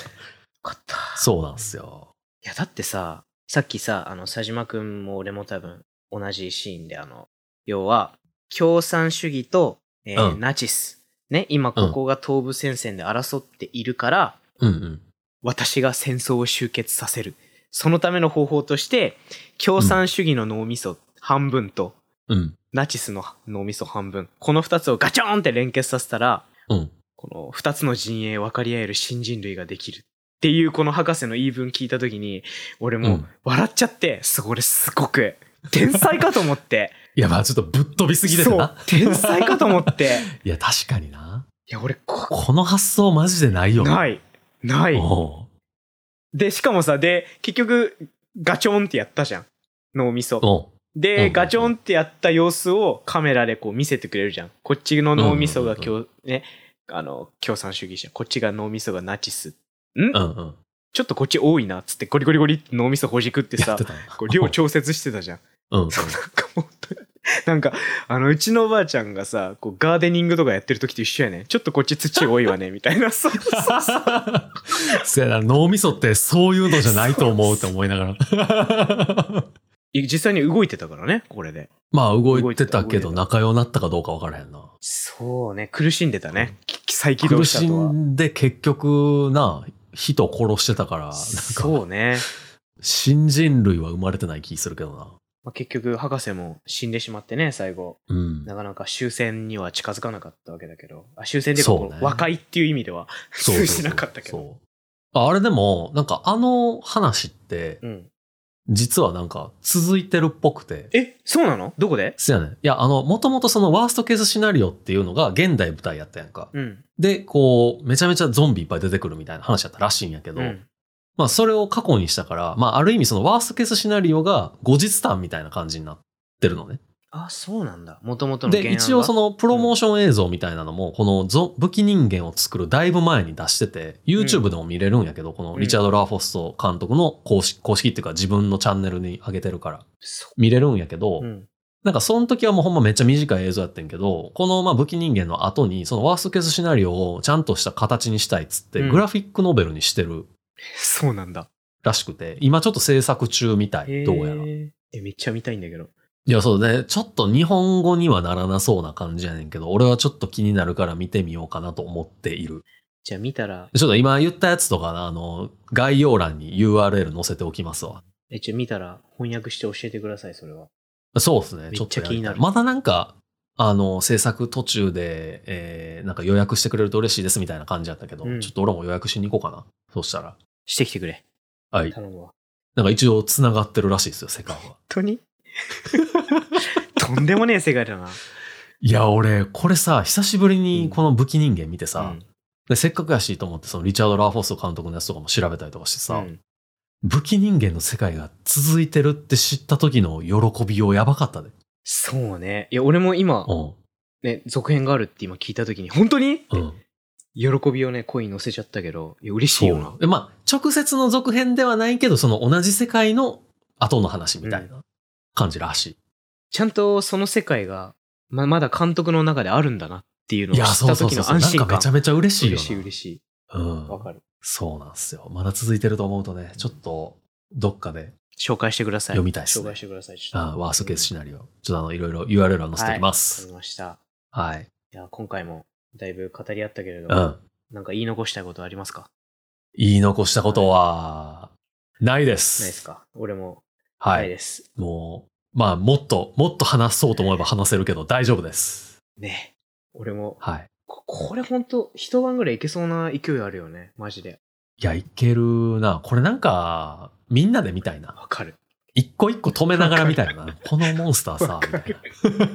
[SPEAKER 2] かった。
[SPEAKER 1] そうなんですよ。
[SPEAKER 2] いや、だってさ、さっきさ、あの、佐島くんも俺も多分同じシーンで、あの、要は、共産主義と、えー
[SPEAKER 1] うん
[SPEAKER 2] ナチス。ね、今ここが東部戦線で争っているから、
[SPEAKER 1] うんうん。
[SPEAKER 2] 私が戦争を終結させる。そのための方法として、共産主義の脳みそ半分と、
[SPEAKER 1] うん。
[SPEAKER 2] ナチスの脳みそ半分。この二つをガチョーンって連結させたら、
[SPEAKER 1] うん。
[SPEAKER 2] この二つの陣営分かり合える新人類ができるっていうこの博士の言い分聞いた時に俺
[SPEAKER 1] う
[SPEAKER 2] も
[SPEAKER 1] ん
[SPEAKER 2] う笑っちゃって、それすごく天才かと思って
[SPEAKER 1] いや、まあちょっとぶっ飛びすぎてる
[SPEAKER 2] そう
[SPEAKER 1] な。
[SPEAKER 2] 天才かと思って
[SPEAKER 1] いや、確かにな。
[SPEAKER 2] いや、俺、こ
[SPEAKER 1] この発想マジでないよ。
[SPEAKER 2] ない。ない。
[SPEAKER 1] おう
[SPEAKER 2] で、しかもさ、で、結局、ガチョンってやったじゃん。脳みそ。
[SPEAKER 1] おううんうんう
[SPEAKER 2] で、
[SPEAKER 1] ん
[SPEAKER 2] ガチョンってやった様子をカメラでこう見せてくれるじゃん。こっちの脳みそが
[SPEAKER 1] うんう
[SPEAKER 2] 共、ね、あの、共産主義者。こっちが脳みそがナチス。ん
[SPEAKER 1] うんうん。
[SPEAKER 2] ちょっとこっち多いなっつってゴリゴリゴリって脳みそほじくって
[SPEAKER 1] や
[SPEAKER 2] さ
[SPEAKER 1] って、たな
[SPEAKER 2] こう量調節して たじゃん。
[SPEAKER 1] うんうん。
[SPEAKER 2] そうなんかもう本当になんかあのうちのおばあちゃんがさこうガーデニングとかやってる時と一緒やねちょっとこっち土多 いわねみたいなそうそうそう
[SPEAKER 1] せやな、脳みそってそういうのじゃないと思うって思いなが ら。
[SPEAKER 2] い実際に動いてたからねこれで
[SPEAKER 1] まあ動いてたけど
[SPEAKER 2] 動いてた
[SPEAKER 1] 仲良くなったかどうかわからへんな。
[SPEAKER 2] そうね苦しんでたねき再起動
[SPEAKER 1] 苦
[SPEAKER 2] した
[SPEAKER 1] し
[SPEAKER 2] とは
[SPEAKER 1] んで結局な、人殺してたから、なんか
[SPEAKER 2] そうね、
[SPEAKER 1] 新人類は生まれてない気するけどな。
[SPEAKER 2] まあ、結局博士も死んでしまってね最後
[SPEAKER 1] うん。
[SPEAKER 2] なかなか終戦には近づかなかったわけだけどあ終戦っていうか
[SPEAKER 1] そうね
[SPEAKER 2] この和解っていう意味では
[SPEAKER 1] そうそうそう
[SPEAKER 2] しなかったけど
[SPEAKER 1] そうああれでも、なんかあの話って、
[SPEAKER 2] うん
[SPEAKER 1] 実はなんか続いてるっぽくて。
[SPEAKER 2] えそうなのどこです
[SPEAKER 1] やねん。いや、あの、もともとそのワーストケースシナリオっていうのが現代舞台やったやんか。
[SPEAKER 2] うん
[SPEAKER 1] で、こう、めちゃめちゃゾンビいっぱい出てくるみたいな話やったらしいんやけど、
[SPEAKER 2] うん
[SPEAKER 1] まあそれを過去にしたから、まあある意味そのワーストケースシナリオが後日談みたいな感じになってるのね。
[SPEAKER 2] あそうなんだもともとの原案
[SPEAKER 1] で、
[SPEAKER 2] が
[SPEAKER 1] 一応そのプロモーション映像みたいなのも、このゾ武器人間を作るだいぶ前に出してて、YouTube でも見れるんやけど、このリチャード・ラーフォスト監督の公式公式っていうか自分のチャンネルに上げてるから
[SPEAKER 2] そ
[SPEAKER 1] 見れるんやけど、
[SPEAKER 2] ううん
[SPEAKER 1] なんかその時はもうほんまめっちゃ短い映像やってんけど、このまあ武器人間の後にそのワーストケースシナリオをちゃんとした形にしたいっつって、
[SPEAKER 2] うん
[SPEAKER 1] グラフィックノベルにしてる
[SPEAKER 2] そうなんだ。
[SPEAKER 1] らしくて、今ちょっと制作中みたい、どうやら。い
[SPEAKER 2] え、めっちゃ見たいんだけど。
[SPEAKER 1] や、そうね、ちょっと日本語にはならなそうな感じやねんけど、俺はちょっと気になるから見てみようかなと思っている。
[SPEAKER 2] じゃあ見たら、
[SPEAKER 1] ちょっと今言ったやつとかな、あの、概要欄に URL 載せておきますわ。
[SPEAKER 2] え、じゃあ見たら翻訳して教えてください、それは。
[SPEAKER 1] そうですね、ちょっとやりたい
[SPEAKER 2] めっちゃ気になる
[SPEAKER 1] まだなんか、あの、制作途中で、えー、なんか予約してくれると嬉しいですみたいな感じやったけど、
[SPEAKER 2] うん
[SPEAKER 1] ちょっと俺も予約しに行こうかな。そうしたら。
[SPEAKER 2] してきてくれ。
[SPEAKER 1] はい。
[SPEAKER 2] 頼むわ。本
[SPEAKER 1] なんか一応繋がってるらしいですよ、世界は。
[SPEAKER 2] 当に とんでもねえ世界だな。
[SPEAKER 1] いや、俺、これさ、久しぶりにこの武器人間見てさ、
[SPEAKER 2] うん
[SPEAKER 1] で、せっかくやしと思って、そのリチャード・ラーフォースト監督のやつとかも調べたりとかしてさ、
[SPEAKER 2] うん
[SPEAKER 1] 武器人間の世界が続いてるって知った時の喜びようやばかったで。
[SPEAKER 2] そうね。いや、俺も今
[SPEAKER 1] う、ん。
[SPEAKER 2] ね、続編があるって今聞いたときに、本当に
[SPEAKER 1] うん。
[SPEAKER 2] 喜びをね、声に乗せちゃったけど、いや、嬉し
[SPEAKER 1] そ
[SPEAKER 2] いうよ
[SPEAKER 1] な
[SPEAKER 2] な。
[SPEAKER 1] でまあ、直接の続編ではないけど、その同じ世界の後の話みたいな感じらしい。
[SPEAKER 2] ちゃんとその世界が、ま、まだ監督の中であるんだなっていうのを
[SPEAKER 1] い
[SPEAKER 2] 知
[SPEAKER 1] や、
[SPEAKER 2] っ
[SPEAKER 1] そう
[SPEAKER 2] た
[SPEAKER 1] そう
[SPEAKER 2] 時
[SPEAKER 1] そう
[SPEAKER 2] の
[SPEAKER 1] そう。
[SPEAKER 2] 安
[SPEAKER 1] なん
[SPEAKER 2] 心
[SPEAKER 1] かめ
[SPEAKER 2] 感。
[SPEAKER 1] ちゃめちゃ嬉しいよな。
[SPEAKER 2] 嬉しい嬉し
[SPEAKER 1] うん
[SPEAKER 2] い。わ。かる。
[SPEAKER 1] そうなんですよ。まだ続いてると思うとね、ちょっと、どっかで
[SPEAKER 2] 紹介してください。
[SPEAKER 1] 読みたいっすね
[SPEAKER 2] 紹介してください。ちょっと
[SPEAKER 1] あワーストケースシナリオ。ちょっとあの、いろいろ URL は載せておきます。
[SPEAKER 2] わかりました。
[SPEAKER 1] はい。
[SPEAKER 2] いや、今回もだいぶ語り合ったけれど、
[SPEAKER 1] うん。
[SPEAKER 2] なんか言い残したいことありますか
[SPEAKER 1] 言い残したことは、ないです。
[SPEAKER 2] ないですか俺も
[SPEAKER 1] は
[SPEAKER 2] ない
[SPEAKER 1] い。
[SPEAKER 2] です。
[SPEAKER 1] もう、まあ、もっと、もっと話そうと思えば話せるけど、大丈夫です。
[SPEAKER 2] ね。俺も、
[SPEAKER 1] はい。
[SPEAKER 2] ここれほんと一晩ぐらいいけそうな勢いあるよね。マジで。
[SPEAKER 1] いや、いけるな。これなんか、みんなで見たいな。
[SPEAKER 2] わかる。
[SPEAKER 1] 一個一個止めながら見たいな。このモンスターさ
[SPEAKER 2] わ、
[SPEAKER 1] み
[SPEAKER 2] か
[SPEAKER 1] たい
[SPEAKER 2] る
[SPEAKER 1] な。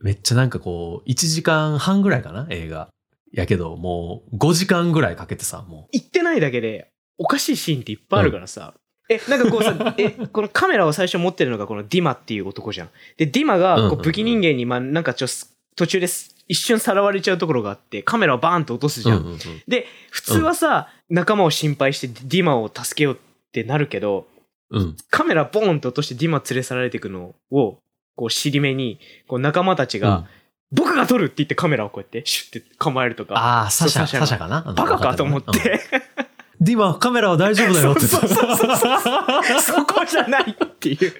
[SPEAKER 1] めっちゃなんかこう、1時間半ぐらいかな、映画。やけど、もう、5時間ぐらいかけてさ、も
[SPEAKER 2] 言ってないだけで、おかしいシーンっていっぱいあるからさ。え、なんかこうさ、え、このカメラを最初持ってるのがこのディマっていう男じゃん。で、ディマ
[SPEAKER 1] うん
[SPEAKER 2] が
[SPEAKER 1] う
[SPEAKER 2] こ
[SPEAKER 1] んう
[SPEAKER 2] うん武器人間に、まあ、なんかちょっと途中です一瞬さらわれちゃうところがあって、カメラをバーンと落とす
[SPEAKER 1] う。
[SPEAKER 2] じゃん
[SPEAKER 1] うんうんうん
[SPEAKER 2] で普通はさ、仲間を心配してディマを助けようってなるけど
[SPEAKER 1] うん。
[SPEAKER 2] カメラボーンと落としてディマ連れ去られていくのをこう尻目にこう仲間たちが、
[SPEAKER 1] うん
[SPEAKER 2] 僕が撮るって言ってカメラをこうやってシュッて構えるとか
[SPEAKER 1] ああ、サシャ、
[SPEAKER 2] そう
[SPEAKER 1] サシャかな
[SPEAKER 2] バカかと思っ。
[SPEAKER 1] うん
[SPEAKER 2] て、
[SPEAKER 1] で、今、カメラは大丈夫だよって言ってた
[SPEAKER 2] そうそうそうそう そこじゃないっていう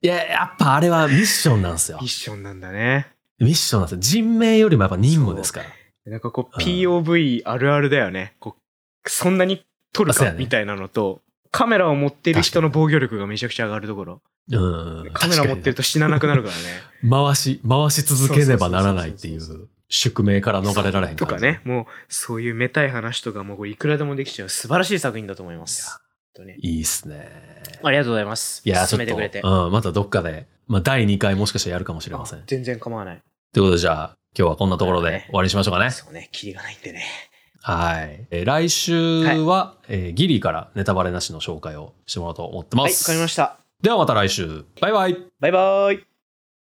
[SPEAKER 1] いや、やっぱあれはミッションなんですよ
[SPEAKER 2] ミッ。ションなんだね
[SPEAKER 1] ミッションなんですよ。人命よりもやっぱ任務ですから。
[SPEAKER 2] なんかこう
[SPEAKER 1] うん
[SPEAKER 2] POV あるあるだよねこうそんなに撮る
[SPEAKER 1] あそう
[SPEAKER 2] か
[SPEAKER 1] やね
[SPEAKER 2] みたいなのと、カメラを持ってる人の防御力がめちゃくちゃ上がるところ
[SPEAKER 1] うん。
[SPEAKER 2] カメラ持ってると死ななくなるか らね。
[SPEAKER 1] 回し、回し続けねばならないってい
[SPEAKER 2] そうそうそう
[SPEAKER 1] 宿命から逃れられへん
[SPEAKER 2] と
[SPEAKER 1] 感じ
[SPEAKER 2] かね、。もうそういうめたい話とかもこれいくらでもできちゃう素晴らしい作品だと思います。本当に
[SPEAKER 1] いいっすね。
[SPEAKER 2] ありがとうございます。
[SPEAKER 1] いや、ちょっ
[SPEAKER 2] 進めて
[SPEAKER 1] と、
[SPEAKER 2] くれて。
[SPEAKER 1] うん、またどっかで、まあ、第2回もしかしたらやるかもしれません。
[SPEAKER 2] あ
[SPEAKER 1] とい
[SPEAKER 2] 全然構わない。
[SPEAKER 1] うことで、じゃあ、今日はこんなところで
[SPEAKER 2] ね
[SPEAKER 1] 終わりにしましょうかね。
[SPEAKER 2] そうね、キリがないんでね。
[SPEAKER 1] はい。えー来週は、えーギリーからネタバレなしの紹介をしてもらおうと思って
[SPEAKER 2] は
[SPEAKER 1] ま
[SPEAKER 2] い、わ
[SPEAKER 1] す。
[SPEAKER 2] かりました。
[SPEAKER 1] ではまた来週。バイバイ。
[SPEAKER 2] バイバイ。